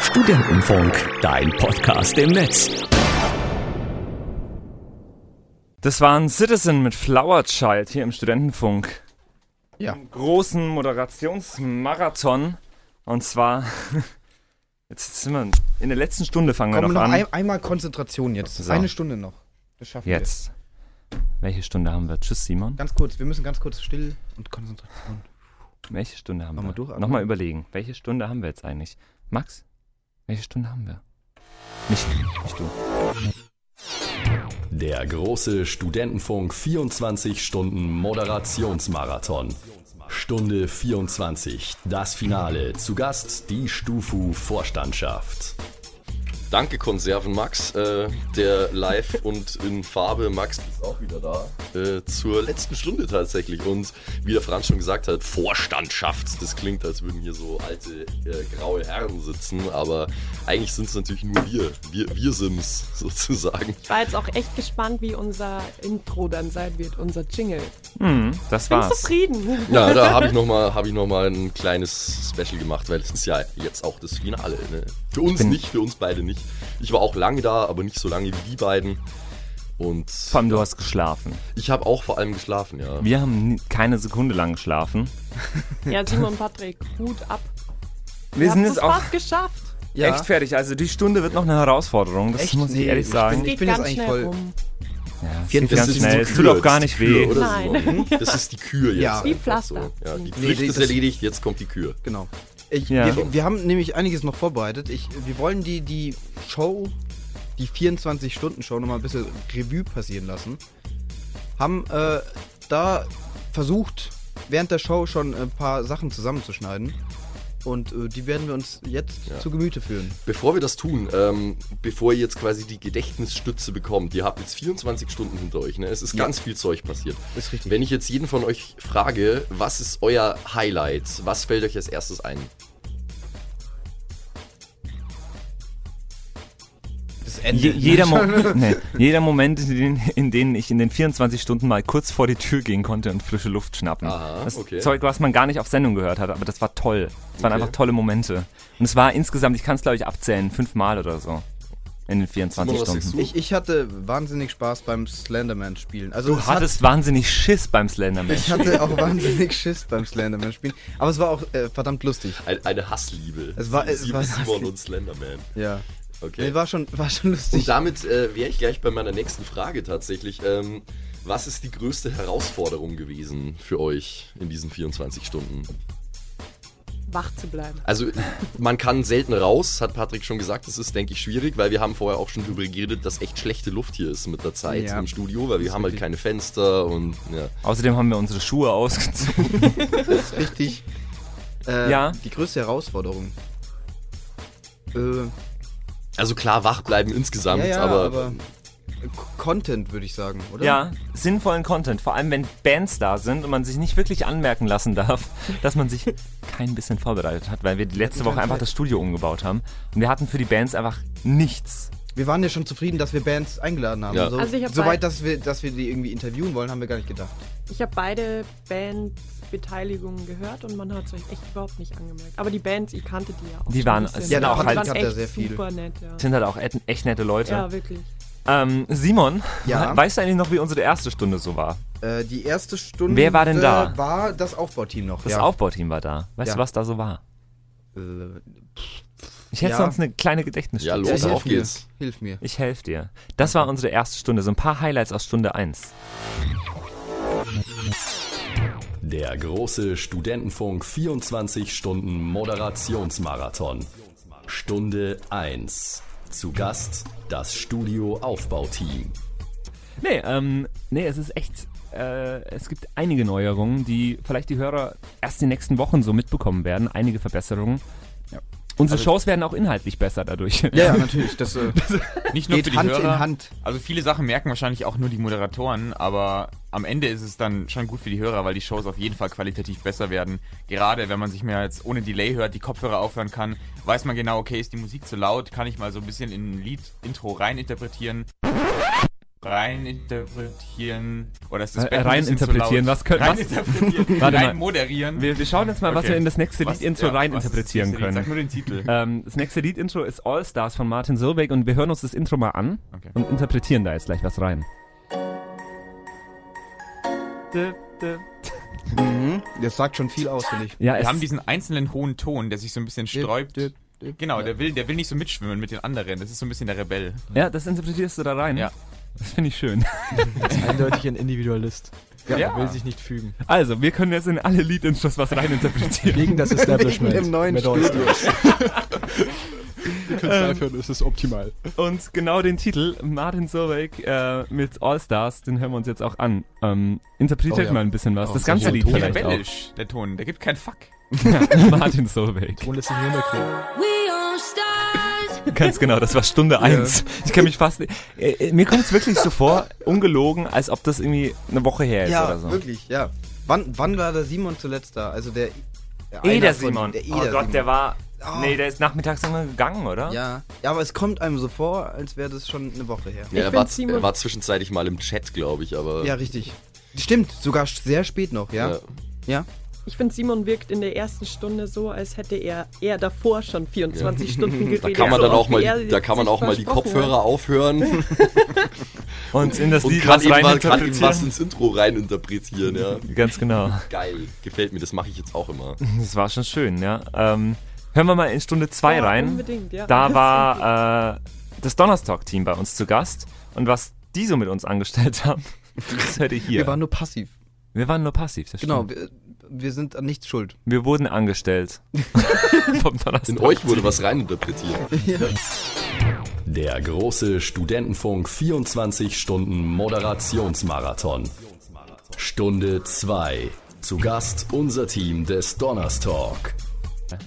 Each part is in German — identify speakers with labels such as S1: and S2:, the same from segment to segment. S1: Studentenfunk, dein Podcast im Netz.
S2: Das waren Citizen mit Flower Child hier im Studentenfunk.
S3: Ja.
S2: Im großen Moderationsmarathon. Und zwar, jetzt sind wir in der letzten Stunde fangen
S3: Komm,
S2: wir
S3: noch
S2: noch an.
S3: ein, einmal Konzentration jetzt.
S2: So.
S3: Eine Stunde noch. Das schaffen wir.
S2: Jetzt. Welche Stunde haben wir? Tschüss, Simon.
S3: Ganz kurz, wir müssen ganz kurz still und Konzentration.
S2: Welche Stunde haben
S3: Nochmal
S2: wir?
S3: durchatmen.
S2: Nochmal überlegen. Welche Stunde haben wir jetzt eigentlich? Max? Welche Stunde haben wir? Nicht, nicht du.
S4: Der große Studentenfunk 24 Stunden Moderationsmarathon. Stunde 24, das Finale. Zu Gast die Stufu Vorstandschaft.
S5: Danke Konserven Max, äh, der live und in Farbe Max ist auch wieder da äh, zur letzten Stunde tatsächlich und wie der Franz schon gesagt hat, Vorstandschaft. Das klingt, als würden hier so alte äh, graue Herren sitzen, aber eigentlich sind es natürlich nur wir, wir, wir Sims sozusagen.
S6: Ich war jetzt auch echt gespannt, wie unser Intro dann sein wird, unser Jingle.
S2: Hm, Das
S6: Bin
S2: war's.
S6: zufrieden.
S5: Na, da habe ich nochmal hab ich noch mal ein kleines Special gemacht, weil es ist ja jetzt auch das Finale. Ne? Für uns
S2: bin-
S5: nicht, für uns beide nicht. Ich war auch lange da, aber nicht so lange wie die beiden. Und
S2: Vor allem, du hast geschlafen.
S5: ich habe auch vor allem geschlafen, ja.
S2: Wir haben ni- keine Sekunde lang geschlafen.
S6: Ja, Simon Patrick, Hut ab.
S2: Wir
S6: Ihr
S2: sind
S6: habt es
S2: jetzt auch
S6: fast geschafft.
S3: Ja.
S2: echt fertig. Also die Stunde wird noch eine Herausforderung. Das
S3: Echt?
S2: muss ich
S3: Nee,
S2: ehrlich
S3: ich
S2: sagen.
S3: bin-
S6: Geht
S3: jetzt
S6: ganz
S3: eigentlich
S6: schnell
S3: voll-
S6: rum.
S2: Ja, es
S3: Vier-
S2: geht
S3: das
S2: ganz
S5: ist die
S2: schnell. Es
S5: Kür,
S2: tut auch gar
S5: das ist
S2: nicht
S5: die Kür,
S2: weh.
S5: oder,
S6: Nein.
S5: Simon? Das ist die Kür jetzt.
S3: Ja.
S5: Ja.
S3: Wie
S6: Pflaster.
S5: Ja, die
S3: Nee,
S5: Pflicht
S3: die-
S5: ist
S3: das-
S5: erledigt, jetzt kommt die Kür.
S3: Genau. Ich,
S2: Ja.
S3: wir, wir haben nämlich einiges noch vorbereitet. Ich, wir wollen die, die Show, die 24-Stunden-Show nochmal ein bisschen Revue passieren lassen. Haben äh, da versucht, während der Show schon ein paar Sachen zusammenzuschneiden. Und äh, die werden wir uns jetzt zu Gemüte führen.
S5: Bevor wir das tun, ähm, bevor ihr jetzt quasi die Gedächtnisstütze bekommt, ihr habt jetzt 24 Stunden hinter euch, ne? Es ist ganz viel Zeug passiert.
S3: Ist richtig.
S5: Wenn ich jetzt jeden von euch frage, was ist euer Highlight? Was fällt euch als erstes ein?
S3: Das
S2: Je, jeder, Mo nee, jeder Moment, in den, in denen ich in den 24 Stunden mal kurz vor die Tür gehen konnte und frische Luft schnappen.
S5: Aha,
S2: das
S5: okay.
S2: Zeug, was man gar nicht auf Sendung gehört hat, aber das war toll. Es waren
S5: Okay.
S2: einfach tolle Momente. Und es war insgesamt, ich kann es glaube ich abzählen, fünfmal oder so. In den 24
S5: Simon, was
S2: Stunden.
S5: sagst du?
S3: Ich, ich hatte wahnsinnig Spaß beim Slenderman spielen. Also
S2: Du
S3: es
S2: hattest wahnsinnig Schiss beim Slenderman.
S3: Hat, ich hatte auch wahnsinnig Schiss beim Slenderman spielen. Aber es war auch äh, verdammt lustig.
S5: Ein, eine Hassliebe.
S3: Es war- es
S5: Sie-
S3: war-
S5: Simon und Slenderman.
S3: Ja.
S5: Okay.
S3: Nee, war schon, war schon
S5: Und
S3: lustig.
S5: damit äh, wäre ich gleich bei meiner nächsten Frage tatsächlich. Ähm, was ist die größte Herausforderung gewesen für euch in diesen 24 Stunden?
S6: Wach zu bleiben.
S5: Also man kann selten raus, hat Patrick schon gesagt, das ist, denke ich, schwierig, weil wir haben vorher auch schon drüber geredet, dass echt schlechte Luft hier ist mit der Zeit
S3: Ja.
S5: im Studio, weil wir haben halt
S3: richtig.
S5: keine Fenster und ja.
S2: Außerdem haben wir unsere Schuhe ausgezogen.
S3: richtig. Äh,
S2: Ja.
S3: Die größte Herausforderung. Äh,
S5: Also klar, wach bleiben insgesamt,
S3: ja, ja,
S5: aber,
S3: aber, K- Content würde ich sagen, oder?
S2: Ja, ne? sinnvollen Content. Vor allem, wenn Bands da sind und man sich nicht wirklich anmerken lassen darf, dass man sich kein bisschen vorbereitet hat, weil wir die letzte Woche
S3: keine
S2: einfach
S3: Zeit.
S2: das Studio umgebaut haben. Und wir hatten für die Bands einfach nichts.
S3: Wir waren ja schon zufrieden, dass wir Bands eingeladen haben.
S5: Ja.
S3: So,
S6: Also ich hab
S3: so
S6: bei-
S3: weit, dass wir, dass wir die irgendwie interviewen wollen, haben wir gar nicht gedacht.
S6: Ich habe beide Bandbeteiligungen gehört und man hat es euch echt überhaupt nicht angemerkt. Aber die Bands, ich kannte die ja auch.
S2: Die
S6: schon
S2: waren-
S6: ein bisschen.
S2: die waren
S5: Genau,
S2: auch
S6: Die
S2: halt-
S6: waren
S3: ich hab da
S6: echt
S3: sehr viel.
S6: super nett, ja.
S2: Sind halt auch et- echt nette Leute.
S6: Ja, wirklich.
S2: Ähm, Simon,
S3: Ja?
S2: weißt du eigentlich noch, wie unsere erste Stunde so war?
S3: Äh, die erste Stunde
S2: Wer war denn da?
S3: war das Aufbauteam noch.
S2: Das
S3: ja.
S2: Aufbauteam war da. Weißt
S3: Ja.
S2: du, was da so war?
S3: äh,
S2: Ich hätte
S3: Ja.
S2: sonst eine kleine Gedächtnisstunde.
S5: Ja, los.
S3: ja,
S5: auf
S3: hilf mir.
S5: geht's.
S3: Hilf mir.
S2: Ich helfe dir. Das war unsere erste Stunde. So ein paar Highlights aus Stunde 1.
S4: Der große Studentenfunk 24 Stunden Moderationsmarathon. Stunde 1. Zu Gast das Studio Aufbauteam.
S7: Nee, ähm, nee, es ist echt. Äh, es gibt einige Neuerungen, die vielleicht die Hörer erst die nächsten Wochen so mitbekommen werden. Einige Verbesserungen. Unsere
S8: Also
S7: Shows werden auch inhaltlich besser dadurch.
S3: Ja, ja natürlich. Das äh,
S8: Nicht nur für
S3: geht
S8: die
S3: Hand
S8: Hörer.
S3: in Hand.
S8: Also viele Sachen merken wahrscheinlich auch nur die Moderatoren, aber am Ende ist es dann schon gut für die Hörer, weil die Shows auf jeden Fall qualitativ besser werden. Gerade wenn man sich mehr jetzt ohne Delay hört, die Kopfhörer aufhören kann, weiß man genau, okay, ist die Musik zu laut, kann ich mal so ein bisschen in ein Lied-Intro reininterpretieren. rein interpretieren oder ist das
S7: Äh,
S8: Becken
S7: rein
S8: ein bisschen zu
S7: interpretieren,
S8: laut?
S7: was könnt-
S8: rein
S7: was-
S8: interpretieren,
S7: Warte mal.
S8: rein moderieren.
S7: Wir, wir schauen jetzt mal, was
S8: Okay.
S7: wir in das nächste Lied-Intro
S8: ja,
S7: rein
S8: was ist das
S7: interpretieren
S8: nächste Lied? Sag
S7: können.
S8: nur den Titel.
S7: Ähm, das nächste Lied-Intro ist All Stars von Martin Solveig und wir hören uns das Intro mal an
S8: Okay.
S7: und interpretieren da jetzt gleich was rein. Dö, dö.
S3: Das sagt schon viel aus, finde ich.
S7: Ja,
S8: Wir
S7: es,
S8: haben diesen einzelnen hohen Ton, der sich so ein bisschen sträubt.
S3: dip, dip.
S8: Genau, der will, der will nicht so mitschwimmen mit den anderen. Das ist so ein bisschen der Rebell.
S7: ja, das interpretierst du da rein.
S8: Ja.
S7: Das finde ich schön.
S9: Eindeutig ein Individualist.
S8: Ja.
S9: Er will sich nicht fügen.
S7: Also, wir können jetzt in alle Liedintros was rein interpretieren.
S9: Gegen das Establishment.
S3: Wegen dem neuen
S9: Mit
S3: Studio. Ähm.
S9: Allstars. Die Künstler dafür ist es optimal.
S7: Und genau den Titel, Martin Solveig äh, mit All Stars, den hören wir uns jetzt auch an. Ähm, interpretiert
S9: Oh ja.
S7: mal ein bisschen was.
S9: Oh,
S7: das ganze
S9: so
S7: Lied
S9: ein Ton.
S7: vielleicht auch.
S8: Rebellisch, der Ton. Der gibt kein Fuck.
S7: Martin Solveig.
S9: Ton lässt sich nicht mehr
S10: We are stars.
S7: Ganz genau, das war Stunde eins. Ich kann mich fast. Äh, äh, mir kommt es wirklich so vor, ungelogen, als ob das irgendwie eine Woche her ist oder so.
S3: wirklich, ja. Wann, wann war der Simon zuletzt da? Also der. der einer
S2: Eder
S3: von-
S2: Simon.
S3: Der Eder
S2: oh Gott,
S3: Simon.
S2: der war.
S3: Oh.
S2: Nee, der ist nachmittags immer gegangen, oder?
S3: Ja. ja, aber es kommt einem so vor, als wäre das schon eine Woche her.
S5: Ja, er
S6: find
S5: war,
S6: Simon-
S5: er war zwischenzeitlich mal im Chat, glaube ich, aber.
S3: Ja, richtig. Stimmt, sogar sehr spät noch, ja.
S5: Ja.
S3: Ja,
S6: Ich finde, Simon wirkt in der ersten Stunde so, als hätte er eher davor schon 24 Stunden geredet.
S5: Da kann man
S6: so
S5: dann auch
S6: oft,
S5: mal,
S6: wie er
S5: die- da kann man
S6: sich
S5: auch mal die
S6: versprochen
S5: Kopfhörer aufhören
S2: Und in das
S5: und
S2: Lied
S5: kann
S2: was
S5: eben,
S2: rein
S5: mal, kann eben was
S2: interpretieren.
S5: ins Intro rein interpretieren, ja.
S2: Ganz genau.
S5: Geil, gefällt mir, das mache ich jetzt auch immer.
S2: Das war schon schön, ja. Ähm, hören wir mal in Stunde 2
S6: Ja,
S2: rein.
S6: unbedingt, ja.
S2: Da war äh, das Donnerstag-Team bei uns zu Gast. Und was die so mit uns angestellt haben, das hört ihr hier.
S3: wir waren nur passiv.
S2: Wir waren nur passiv, das
S3: Genau,
S2: stimmt.
S3: wir, wir sind an nichts schuld.
S2: Wir wurden angestellt. Vom Donnerstag.
S5: In euch wurde was rein interpretiert.
S4: Der große Studentenfunk 24 Stunden Moderationsmarathon. Stunde 2. Zu Gast unser Team des Donnerstalk.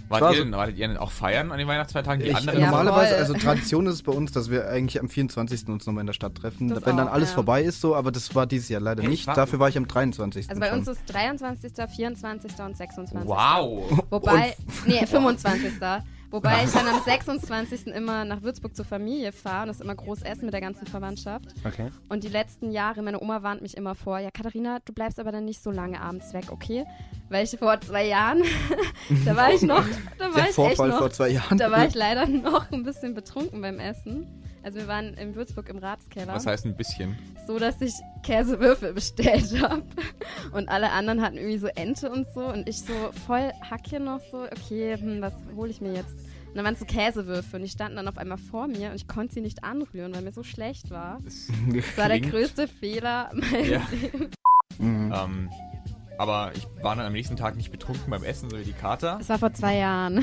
S8: Wart
S3: so-
S8: ihr, denn, wartet ihr denn auch feiern an den Weihnachtsfeiertagen? Die
S3: Ich,
S8: anderen?
S10: Ja,
S3: normalerweise,
S10: voll.
S3: also Tradition ist es bei uns, dass wir eigentlich am 24. uns nochmal in der Stadt treffen.
S10: Das
S3: wenn dann
S10: auch,
S3: alles
S10: ja.
S3: vorbei ist, so, aber das war dieses Jahr leider
S8: Hey,
S3: nicht.
S8: wa-
S3: Dafür war ich am 23.
S10: Also bei
S3: schon.
S10: uns ist 23., 24. und 26.
S8: Wow.
S10: Wobei, nee, 25. Wobei ich dann am 26. immer nach Würzburg zur Familie fahre und es immer groß essen mit der ganzen Verwandtschaft.
S7: Okay.
S10: Und die letzten Jahre, meine Oma warnt mich immer vor, ja Katharina, du bleibst aber dann nicht so lange abends weg, okay? Weil ich vor zwei Jahren, da war ich noch, da war
S3: der
S10: ich
S3: Vorfall
S10: echt noch,
S3: vor zwei Jahren.
S10: da war ich leider noch ein bisschen betrunken beim Essen. Also wir waren in Würzburg im Ratskeller
S8: Was heißt ein bisschen?
S10: so, dass ich Käsewürfel bestellt habe. Und alle anderen hatten irgendwie so Ente und so. Und ich so voll Hacke noch so, okay, hm, was hole ich mir jetzt? Und dann waren es so Käsewürfel und die standen dann auf einmal vor mir und ich konnte sie nicht anrühren, weil mir so schlecht war.
S8: Das
S10: Das war der
S8: klingt-
S10: größte Fehler meines
S8: Ja.
S10: Lebens.
S3: Mhm.
S8: Ähm, aber ich war dann am nächsten Tag nicht betrunken beim Essen, so wie die Kater.
S10: Das war vor zwei Jahren.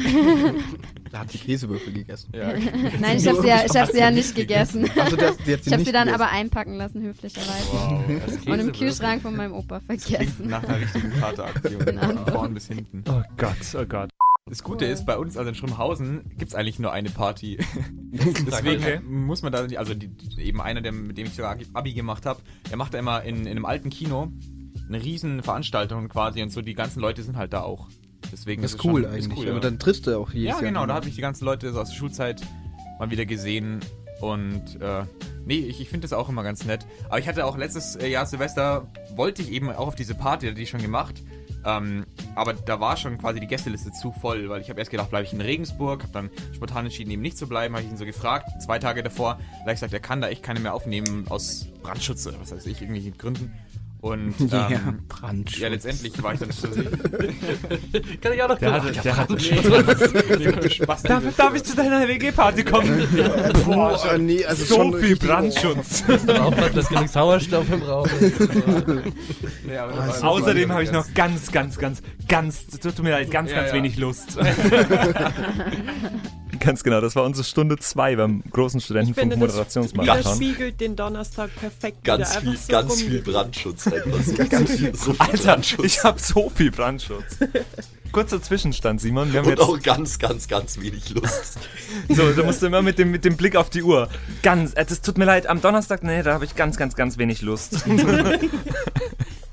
S3: Da hat die Käsewürfel gegessen.
S10: Nein, ich habe sie, ja, ich hab sie ja nicht gegessen.
S3: Also das, die hat
S10: Ich habe
S3: nicht
S10: sie dann
S3: gegessen.
S10: aber einpacken lassen, höflicherweise.
S8: Wow.
S10: Und im Kühlschrank von meinem Opa vergessen.
S8: Nach einer richtigen Kateraktion.
S3: Genau.
S8: Von vorn bis hinten.
S7: Oh Gott, oh Gott.
S8: Das Gute ist, bei uns, also in Schrimmhausen, gibt es eigentlich nur eine Party. Deswegen
S7: Okay.
S8: muss man da, also die, eben einer, der, mit dem ich sogar Abi gemacht habe, der macht da immer in, in einem alten Kino eine riesen Veranstaltung quasi und so, die ganzen Leute sind halt da auch. Deswegen
S3: Das
S8: es
S3: ist cool
S8: schon-
S3: eigentlich.
S8: ja.
S3: aber dann triffst du auch jedes
S8: ja,
S3: Jahr.
S8: genau, da habe ich die ganzen Leute so aus der Schulzeit mal wieder gesehen und äh, nee, ich, ich finde das auch immer ganz nett. Aber ich hatte auch letztes äh, Jahr Silvester, wollte ich eben auch auf diese Party, die ich schon gemacht, ähm, aber da war schon quasi die Gästeliste zu voll, weil ich habe erst gedacht, bleibe ich in Regensburg, habe dann spontan entschieden, eben nicht zu bleiben, habe ich ihn so gefragt, zwei Tage davor, da ich gesagt, er kann da echt keine mehr aufnehmen aus Brandschutz oder was weiß ich, irgendwelchen Gründen. Und ähm,
S3: Ja, Brandschutz.
S8: ja, letztendlich war ich dann
S2: Kann ich auch noch der hatte, der hatte.
S8: Spaß.
S2: Darf, darf ich zu deiner WG-Party kommen?
S3: Boah, Oh, nee, also
S2: so
S3: schon
S2: viel
S3: richtig-
S2: Brandschutz.
S9: Aufpassen, dass genug Sauerstoff im Raum ist.
S8: Ja, aber
S3: das
S8: das
S3: war-
S8: war
S2: Außerdem habe ich noch ganz, ganz, ganz, ganz, tut mir leid, ganz,
S8: Ja,
S2: ganz
S8: ja.
S2: wenig Lust. ganz genau, das war unsere Stunde 2 beim großen
S6: Ich finde,
S2: Studentenfunk
S6: das
S2: Moderationsmarathon.
S6: widerspiegelt den Donnerstag perfekt.
S5: Ganz
S6: wieder.
S5: viel,
S6: Einfach so
S5: ganz
S6: rum-
S5: viel Brandschutz. Einfach. So, ganz viel, so viel
S2: Alter, ich habe so viel Brandschutz. Kurzer Zwischenstand, Simon. Wir haben
S5: Und
S2: jetzt,
S5: auch ganz, ganz, ganz wenig Lust.
S2: so, da musst du immer mit dem, mit dem Blick auf die Uhr. Ganz, äh, das tut mir leid, am Donnerstag, nee, da habe ich ganz, ganz, ganz wenig Lust.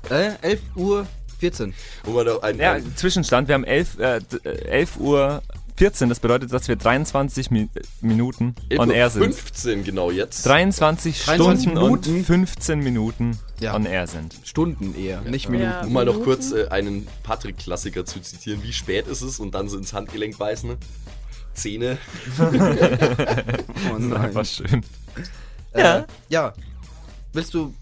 S3: Äh, 11 Uhr 14.
S5: Wo man auch ein,
S2: Ja,
S5: ein,
S2: Zwischenstand, wir haben 11, äh, d- äh, 11 Uhr 14, das bedeutet, dass wir 23 Mi Minuten on air sind.
S5: 15 genau jetzt.
S2: 23,
S3: 23
S2: Stunden
S3: Minuten?
S2: und 15 Minuten
S3: Ja.
S2: on air sind.
S3: Stunden eher, nicht Minuten.
S6: Ja,
S5: Um mal noch
S6: Minuten.
S5: kurz äh, einen Patrick-Klassiker zu zitieren. Wie spät ist es? Und dann so ins Handgelenk beißen. ne? Zähne.
S3: Oh nein.
S2: War schön.
S3: Ja. ja. Willst du.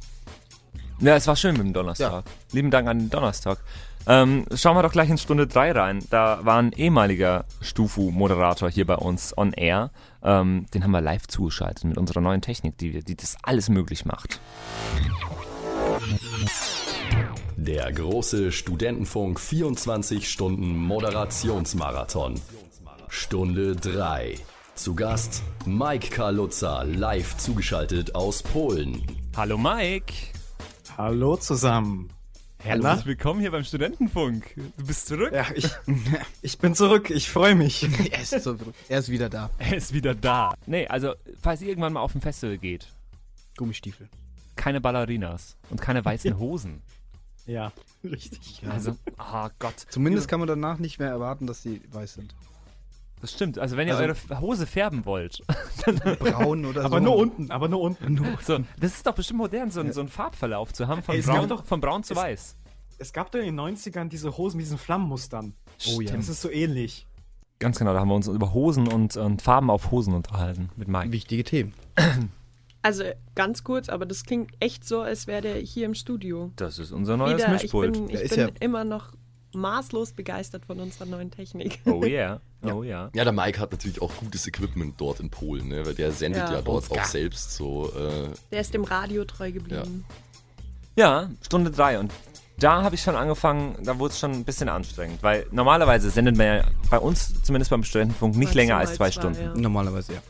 S2: Ja, es war schön mit dem Donnerstag. Lieben Dank an den Donnerstag. Ähm, schauen wir doch gleich in Stunde 3 rein. Da war ein ehemaliger Stufu-Moderator hier bei uns on air. Ähm, den haben wir live zugeschaltet mit unserer neuen Technik, die, wir- die das alles möglich macht.
S4: Der große Studentenfunk 24 Stunden Moderationsmarathon. Stunde 3. Zu Gast Mike Karlutzer, live zugeschaltet aus Polen.
S2: Hallo Mike!
S11: Hallo zusammen.
S2: Herzlich willkommen hier beim Studentenfunk. Du bist zurück.
S11: Ja, ich, ich bin zurück, ich freue mich.
S3: Er ist, so, er ist wieder da.
S2: Er ist wieder da. Nee, also, falls ihr irgendwann mal auf ein Festival geht,
S3: Gummistiefel.
S2: keine Ballerinas und keine weißen Hosen.
S11: Ja,
S3: Richtig. Ja.
S2: Also, ah Gott.
S3: Zumindest kann man danach nicht mehr erwarten, dass sie weiß sind.
S2: Das stimmt. Also, wenn ihr
S3: Also-
S2: eure F- Hose färben wollt,
S3: Braun oder so.
S11: aber nur unten, aber nur unten.
S2: So, das ist doch bestimmt modern, so, einen- so einen Farbverlauf zu haben, von,
S11: Ey, es
S2: braun,
S11: gab doch-
S2: von braun zu
S11: es-
S2: weiß.
S11: Es gab doch in den 90ern diese Hosen mit diesen Flammenmustern.
S3: Oh ja.
S11: Das ist so ähnlich.
S2: Ganz genau, da haben wir uns über Hosen und, und Farben auf Hosen unterhalten mit Mike.
S3: Wichtige Themen.
S6: Also ganz kurz, aber das klingt echt so, als wäre der hier im Studio.
S2: Das ist unser neues
S6: Wieder, ich
S2: Mischpult.
S6: bin,
S3: Der
S6: ich
S3: ist
S6: bin
S3: ja-
S6: immer noch maßlos begeistert von unserer neuen Technik.
S2: Oh yeah, oh yeah.
S5: Ja, der Mike hat natürlich auch gutes Equipment dort in Polen, ne? weil der sendet ja,
S6: Ja.
S5: dort auch selbst so. Äh,
S6: Der ist dem Radio treu geblieben.
S2: Ja, Stunde drei und da habe ich schon angefangen, da wurde es schon ein bisschen anstrengend, weil normalerweise sendet man ja bei uns, zumindest beim Studentenfunk, nicht länger als zwei
S6: Maximal
S2: Stunden.
S6: Ja.
S3: Normalerweise ja.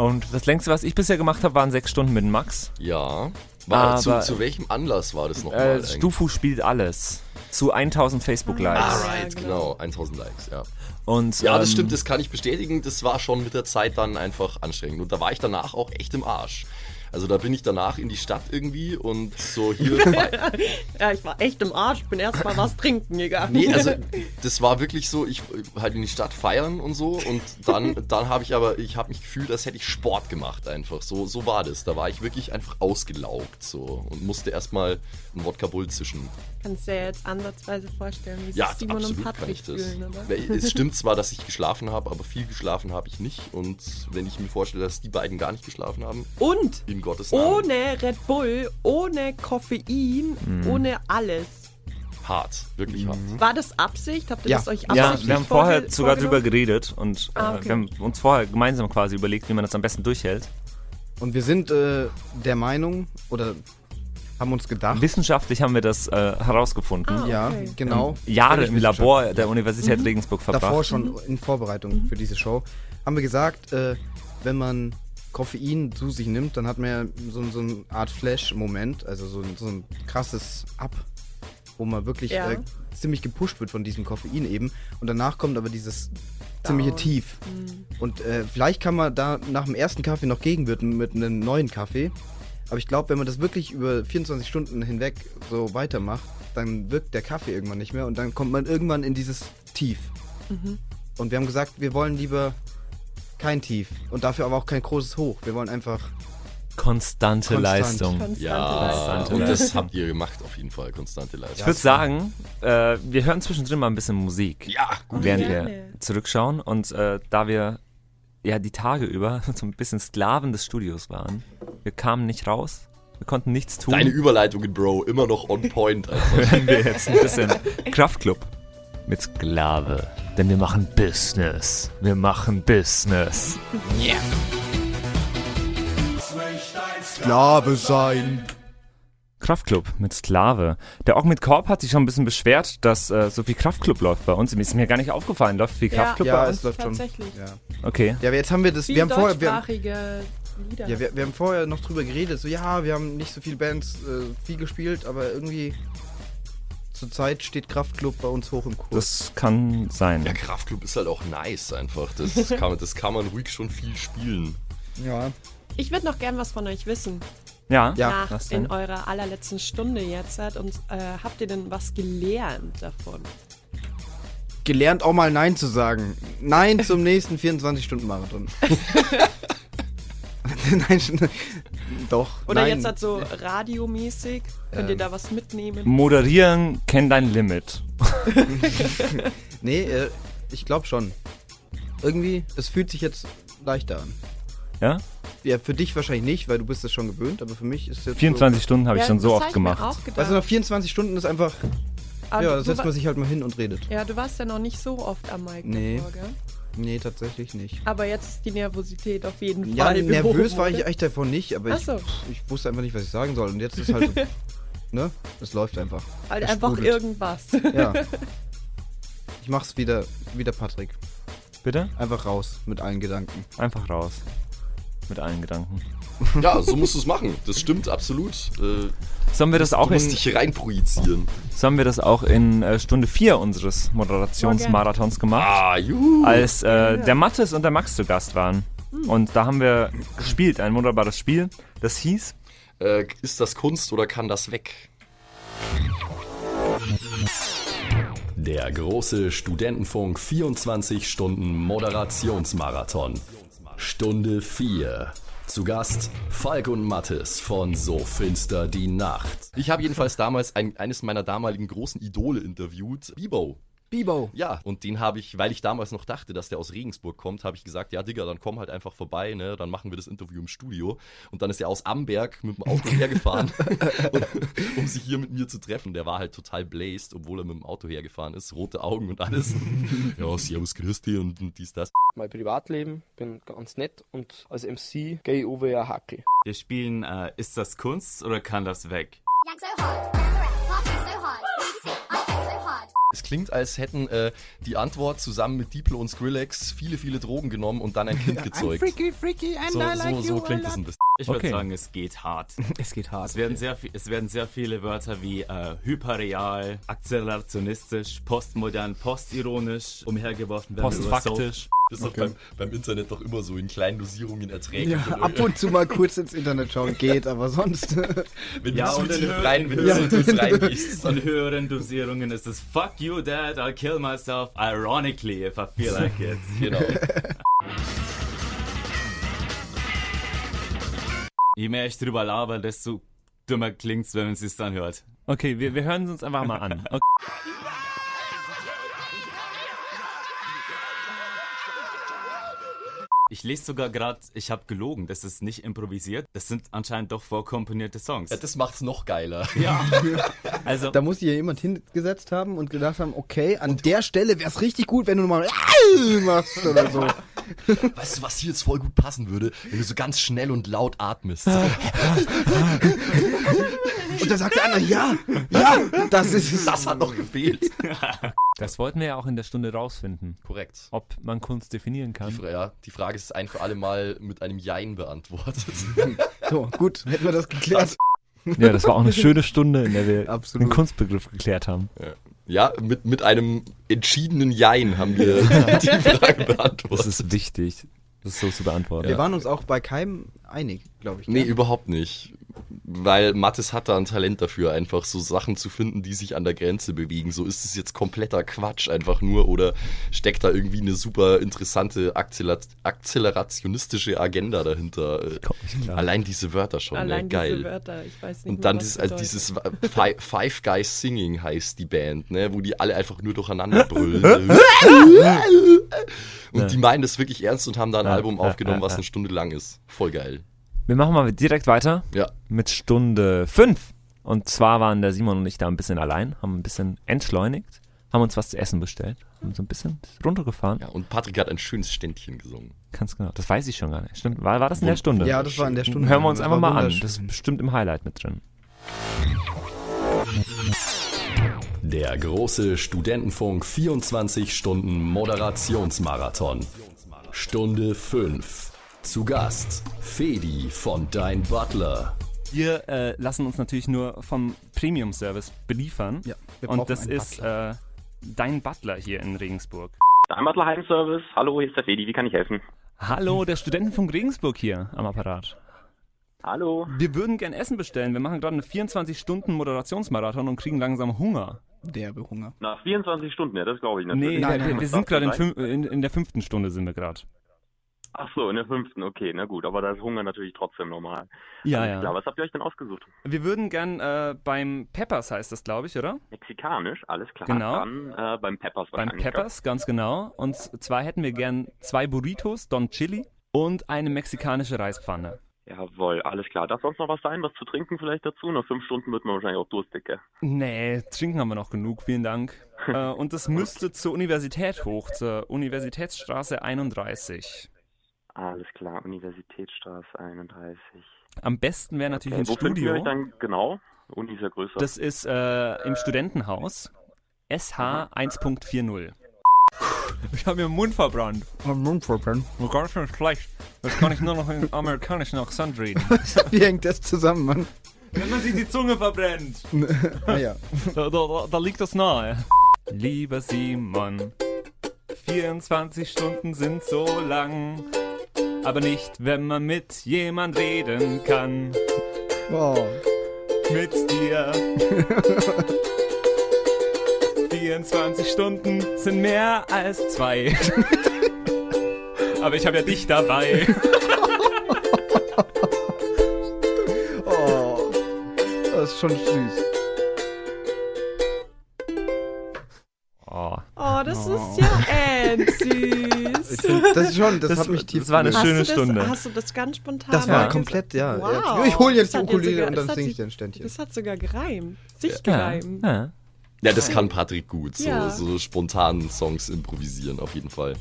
S2: Und das längste, was ich bisher gemacht habe, waren sechs Stunden mit Max.
S5: ja. War, zu,
S2: Aber-
S5: zu welchem Anlass war das nochmal?
S2: Äh,
S5: eigentlich?
S2: Stufu spielt alles. Zu 1000
S6: Ah.
S2: Facebook-Likes.
S5: Alright,
S6: Ja,
S5: genau.
S6: genau.
S5: 1000 Likes, ja.
S2: Und,
S5: Ja, das
S2: ähm,
S5: stimmt, das kann ich bestätigen. Das war schon mit der Zeit dann einfach anstrengend. Und da war ich danach auch echt im Arsch. Also da bin ich danach in die Stadt irgendwie und so hier.
S6: ja, ich war echt im Arsch, bin erstmal was trinken gegangen.
S5: nee, also das war wirklich so, ich äh, halt in die Stadt feiern und so. Und dann, dann habe ich aber, ich habe mich gefühlt, als hätte ich Sport gemacht einfach. So, so war das. Da war ich wirklich einfach ausgelaugt so und musste erstmal einen Wodka Bull zwischen.
S6: Kannst du dir jetzt ansatzweise vorstellen, wie
S5: Ja,
S6: sich Simon und
S5: absolut kann
S6: Patrick
S5: ich das.
S6: fühlen, oder?
S5: Es stimmt zwar, dass ich geschlafen habe, aber viel geschlafen habe ich nicht. Und wenn ich mir vorstelle, dass die beiden gar nicht geschlafen haben,
S6: Und
S5: in Gottes Namen,
S6: ohne Red Bull, ohne Koffein,
S3: Mhm.
S6: ohne alles.
S5: hart, wirklich hart.
S6: War das Absicht? Habt ihr
S3: Ja.
S6: das euch
S2: Ja,
S6: absichtlich
S2: wir haben vorher
S6: vorge-
S2: sogar drüber
S6: vorgenommen?
S2: geredet und äh,
S6: Ah, okay.
S2: wir haben uns vorher gemeinsam quasi überlegt, wie man das am besten durchhält.
S3: Und wir sind äh, der Meinung oder haben uns gedacht.
S2: Wissenschaftlich haben wir das äh, herausgefunden.
S6: Ah. Mhm.
S3: ja,
S6: okay.
S3: genau.
S2: Ähm, Jahre
S3: Völlig
S2: im Labor der Universität Regensburg verbracht.
S3: davor schon in Vorbereitung
S6: Mhm.
S3: für diese Show, haben wir gesagt, äh, wenn man Koffein zu sich nimmt, dann hat man ja so, so eine Art Flash-Moment, also so, ein- so ein krasses Ab, wo man wirklich
S6: Ja.
S3: äh, ziemlich gepusht wird von diesem Koffein eben. Und danach kommt aber dieses ziemliche
S6: Down. Mhm.
S3: Tief. Und äh, vielleicht kann man da nach dem ersten Kaffee noch gegenwirken mit einem neuen Kaffee. Aber ich glaube, wenn man das wirklich über 24 Stunden hinweg so weitermacht, dann wirkt der Kaffee irgendwann nicht mehr und dann kommt man irgendwann in dieses Tief.
S6: Mhm.
S3: Und wir haben gesagt, wir wollen lieber kein Tief und dafür aber auch kein großes Hoch. Wir wollen einfach
S2: Konstante
S3: Konstant.
S2: Leistung.
S6: Konstante
S5: Ja,
S6: Leistung.
S2: Konstante
S5: und das
S2: Leistung.
S5: habt ihr gemacht auf jeden Fall, konstante Leistung.
S2: Ich würde sagen, äh, wir hören zwischendrin mal ein bisschen Musik,
S5: Ja, gut.
S2: während
S6: Gerne.
S2: wir zurückschauen. Und äh, da wir ja die Tage über so ein bisschen Sklaven des Studios waren, wir kamen nicht raus, wir konnten nichts tun.
S5: Deine Überleitungen, Bro, immer noch on point. Alter.
S2: hören wir jetzt ein bisschen Kraftclub mit Sklave. Denn wir machen Business. Wir machen Business.
S3: Sklave sein.
S2: Kraftclub mit Sklave. Der Org mit Korb hat sich schon ein bisschen beschwert, dass äh, so viel Kraftclub läuft bei uns. Mir ist mir gar nicht aufgefallen, läuft viel
S6: Ja.
S2: Kraftclub
S3: Ja,
S2: bei
S3: es
S2: uns.
S3: läuft schon.
S6: Tatsächlich.
S3: Ja. ja,
S2: Okay.
S3: aber jetzt haben wir das.
S6: Viel
S3: Wir haben, vorher, wir, haben,
S6: deutschsprachige Lieder.
S3: ja, wir, wir haben vorher noch drüber geredet. So, ja, wir haben nicht so viele Bands äh, viel gespielt, aber irgendwie zurzeit steht Kraftclub bei uns hoch im Kurs.
S2: Das kann sein.
S5: Ja, Kraftclub ist halt auch nice einfach. Das kann, man- das kann man ruhig schon viel spielen.
S3: ja.
S6: ich würde noch gern was von euch wissen.
S2: Ja.
S3: Ja.
S6: Nach
S2: was denn?
S6: in eurer halt. allerletzten Stunde jetzt. Hat, und, äh, habt ihr denn was gelernt davon?
S3: gelernt, auch mal Nein zu sagen. Nein zum nächsten 24-Stunden-Marathon. nein, schon- doch.
S6: Oder
S3: nein. Ähm,
S6: jetzt halt so radiomäßig, könnt ihr da was
S3: Hm,
S6: mitnehmen?
S2: Moderieren kennt dein Limit.
S3: Nee, äh, ich glaube schon. Irgendwie, es fühlt sich jetzt leichter an.
S2: Ja?
S3: Ja, für dich wahrscheinlich nicht, weil du bist es schon gewöhnt, aber für mich ist jetzt
S2: 24 Stunden habe ich
S6: Ja,
S2: schon so
S6: das
S2: oft
S6: hab ich mir
S2: gemacht.
S6: Auch
S3: So,
S6: gedacht.
S3: weißt du, nach 24 Stunden ist einfach,
S6: Aber
S3: ja,
S6: du-
S3: da setzt
S6: du,
S3: man sich halt mal hin und redet.
S6: ja, du warst ja noch nicht so oft am Mike
S3: Nee.
S6: davor, gell?
S3: Nee, tatsächlich nicht.
S6: Aber jetzt ist die Nervosität auf jeden
S3: Ja,
S6: Fall. behoben,
S3: nervös war ich
S6: oder?
S3: echt davon nicht, aber
S6: Ach
S3: ich,
S6: so.
S3: ich wusste einfach nicht, was ich sagen soll. Und jetzt ist halt so, ne? Es läuft einfach.
S6: Halt
S3: Es
S6: einfach
S3: sprudelt.
S6: irgendwas.
S5: Oh,
S3: Ja. Ich mach's wieder, wieder Patrick.
S2: Bitte?
S3: Einfach raus mit allen Gedanken.
S2: Einfach raus. Mit allen Gedanken.
S5: Ja, so musst du es machen. Das stimmt absolut. Äh,
S2: Sollen wir das auch
S5: du musst
S2: in,
S5: dich reinprojizieren.
S2: sollen wir das auch in äh, Stunde 4 unseres Moderationsmarathons gemacht?
S5: Ah, juhu.
S2: Als äh, der Mattes und der Max zu Gast waren. Und da haben wir gespielt, ein wunderbares Spiel. Das hieß
S5: Äh, ist das Kunst oder kann das weg?
S4: Der große Studentenfunk 24 Stunden Moderationsmarathon. Stunde 4. Zu Gast Falk und Mattes von So finster die Nacht.
S5: Ich habe jedenfalls damals ein, eines meiner damaligen großen Idole interviewt, Bibo.
S3: Bibo.
S5: Ja, und den habe ich, weil ich damals noch dachte, dass der aus Regensburg kommt, habe ich gesagt, ja Digga, dann komm halt einfach vorbei, ne? Dann machen wir das Interview im Studio. Und dann ist er aus Amberg mit dem Auto hergefahren, um- um sich hier mit mir zu treffen. Der war halt total blazed, obwohl er mit dem Auto hergefahren ist, rote Augen und alles. ja, Servus Christi und, und dies, das.
S12: mein Privatleben, bin ganz nett und als MC gehe ich over ja Hackel.
S13: Wir spielen äh, Ist das Kunst oder kann das weg?
S5: Es klingt, als hätten äh, die Antwort zusammen mit Diplo und Skrillex viele, viele Drogen genommen und dann ein Kind gezeugt.
S12: freaky
S5: So, so, so klingt es ein bisschen.
S13: Ich würde
S2: Okay.
S13: sagen, es geht hart.
S3: Es geht hart.
S13: Es werden sehr, vi- es werden sehr viele Wörter wie äh, hyperreal, akzelerationistisch, postmodern, postironisch umhergeworfen werden.
S2: Postfaktisch.
S5: Das ist doch beim, beim Internet doch immer so in kleinen Dosierungen erträglich.
S3: Ja, ab und zu mal kurz ins Internet schauen geht, aber sonst.
S5: Wenn du
S13: Ja,
S5: zu
S13: und
S5: tief
S13: dann-
S5: rein, wenn du
S13: Ja.
S5: zu tief reingehst.
S13: In höheren Dosierungen ist es Fuck you, Dad, I'll kill myself ironically if I feel like it.
S5: Genau.
S13: Je mehr ich drüber laber, desto dümmer klingt's, wenn man es dann hört.
S2: Okay, wir, wir hören es uns einfach mal an. Okay.
S13: Ich lese sogar gerade, ich habe gelogen, das ist nicht improvisiert. Das sind anscheinend doch vorkomponierte Songs.
S5: Ja, das macht's noch geiler.
S13: Also,
S3: Da muss sich ja jemand hingesetzt haben und gedacht haben, okay, an der Stelle wäre es richtig gut, wenn du mal machst oder so.
S5: Weißt du, was hier jetzt voll gut passen würde? Wenn du so ganz schnell und laut atmest.
S3: Und dann sagt der andere, ja, ja, das ist es.
S5: Das hat noch gefehlt.
S2: Das wollten wir ja auch in der Stunde rausfinden,
S5: Korrekt.
S2: ob man Kunst definieren
S5: Die,
S2: kann.
S5: Fra- ja, die Frage ist ein für alle Mal mit einem Jein beantwortet.
S3: So, gut, hätten wir das geklärt.
S2: Ja, das war auch eine schöne Stunde, in der wir
S3: Absolut.
S2: den Kunstbegriff geklärt haben.
S5: Ja, mit, mit einem entschiedenen Jein haben wir die Frage
S2: Das
S5: beantwortet.
S2: ist wichtig, das so zu beantworten.
S3: Wir waren uns auch bei keinem einig, glaube ich. ne?
S5: Nee,
S3: gell?
S5: überhaupt nicht. Weil Mattes hat da ein Talent dafür, einfach so Sachen zu finden, die sich an der Grenze bewegen. So ist es jetzt kompletter Quatsch einfach nur oder steckt da irgendwie eine super interessante Akzela- akzelerationistische Agenda dahinter. Äh,
S2: Komm nicht klar.
S5: Allein diese Wörter schon,
S6: Allein
S5: ne? geil.
S6: diese Wörter, ich weiß nicht
S5: Und
S6: mehr,
S5: dann
S6: was
S5: dieses, also
S6: bedeutet.
S5: dieses Fi- Five Guys Singing heißt die Band, ne? wo die alle einfach nur durcheinander brüllen. und die meinen das wirklich ernst und haben da ein
S2: Ja,
S5: Album
S2: ja,
S5: aufgenommen,
S2: ja,
S5: was
S2: ja.
S5: eine Stunde lang ist. Voll geil.
S2: Wir machen mal direkt weiter
S5: Ja.
S2: mit Stunde 5. Und zwar waren der Simon und ich da ein bisschen allein, haben ein bisschen entschleunigt, haben uns was zu essen bestellt, haben so ein bisschen runtergefahren.
S5: Ja, und Patrick hat ein schönes Ständchen gesungen.
S2: Ganz genau. Das weiß ich schon gar nicht. Stimmt. War, war das in der Stunde?
S3: Ja, das war in der Stunde.
S2: Hören wir uns
S3: Das
S2: einfach
S3: war
S2: mal an.
S3: wunderschön.
S2: Das ist bestimmt im Highlight mit drin.
S4: Der große Studentenfunk 24 Stunden Moderationsmarathon. Stunde 5. Zu Gast Fedi von Dein Butler.
S2: Wir äh, lassen uns natürlich nur vom Premium-Service beliefern.
S3: Ja, wir brauchen
S2: und das
S3: einen
S2: ist äh, dein Butler hier in Regensburg.
S12: Daimler Heimservice, hallo, hier ist der Fedi, wie kann ich helfen?
S2: Hallo, der Studentenfunk Regensburg hier am Apparat.
S8: Hallo.
S2: Wir würden gern Essen bestellen. Wir machen gerade eine 24-Stunden-Moderationsmarathon und kriegen langsam Hunger.
S3: Derbe Hunger.
S8: Nach 24 Stunden, ja, das glaube ich
S2: Nee,
S8: natürlich.
S2: wir- wir, wir sind gerade in, fün- in, in der fünften Stunde sind wir gerade.
S8: Ach so, in der fünften, okay, na gut, aber da ist Hunger natürlich trotzdem normal.
S2: Ja,
S8: Alles
S2: ja.
S8: Klar, was habt ihr euch denn ausgesucht?
S2: Wir würden gern äh, beim Peppers heißt das, glaube ich, oder?
S8: Mexikanisch, alles klar.
S2: Genau.
S8: Dann äh, beim Peppers
S2: Beim
S8: wahrscheinlich,
S2: Peppers, ganz genau. Und zwar hätten wir gern zwei Burritos, Don Chili und eine mexikanische Reispfanne.
S8: gell? Jawohl, alles klar. Darf sonst noch was sein, was zu trinken vielleicht dazu? Nach fünf Stunden wird man wahrscheinlich auch durstig, gell?
S2: Nee, trinken haben wir noch genug, vielen Dank. äh, und das müsste zur Universität hoch, zur Universitätsstraße 31.
S8: Alles klar, Universitätsstraße 31.
S2: Am besten wäre natürlich
S8: Okay,
S2: ein
S8: Äh, wo finden wir
S2: Studio.
S8: euch dann genau? Uni ist ja größer.
S2: Das ist äh, im Studentenhaus SH 1.40. Ich habe mir den Mund verbrannt.
S3: Mund verbrannt.
S2: Ganz schön schlecht. Jetzt kann ich nur noch in amerikanischen Akzent reden.
S3: Wie hängt das zusammen, Mann?
S2: Wenn man sich die Zunge verbrennt.
S3: ah ja.
S2: Da, da, da liegt das nahe. Lieber Simon, 24 Stunden sind so lang, aber nicht, wenn man mit jemand reden kann.
S3: Wow.
S2: Mit dir. 24 Stunden sind mehr als zwei. aber ich habe ja dich dabei.
S3: Oh, das ist schon süß.
S2: Oh.
S6: Oh, das ist ja
S3: Ich
S6: endsüß.
S3: find, das ist schon, das, hat mich tief.
S2: das war eine
S6: Hast du
S2: schöne
S6: das,
S2: Stunde.
S6: Hast du das ganz spontan?
S3: Das war
S6: ges-
S3: komplett, ja.
S6: Wow.
S3: Ja, ich hol jetzt
S6: Das
S3: die
S6: hat
S3: Ukulele
S6: sogar-
S3: und
S6: das
S3: dann
S6: hat
S3: sing ich
S6: die-
S3: dir ein Ständchen.
S6: Das hat sogar gereimt. Sich
S2: Ja.
S6: gereimt.
S2: Ja.
S5: Ja, das kann Patrick gut. So,
S6: Ja.
S5: so spontan Songs improvisieren auf jeden Fall.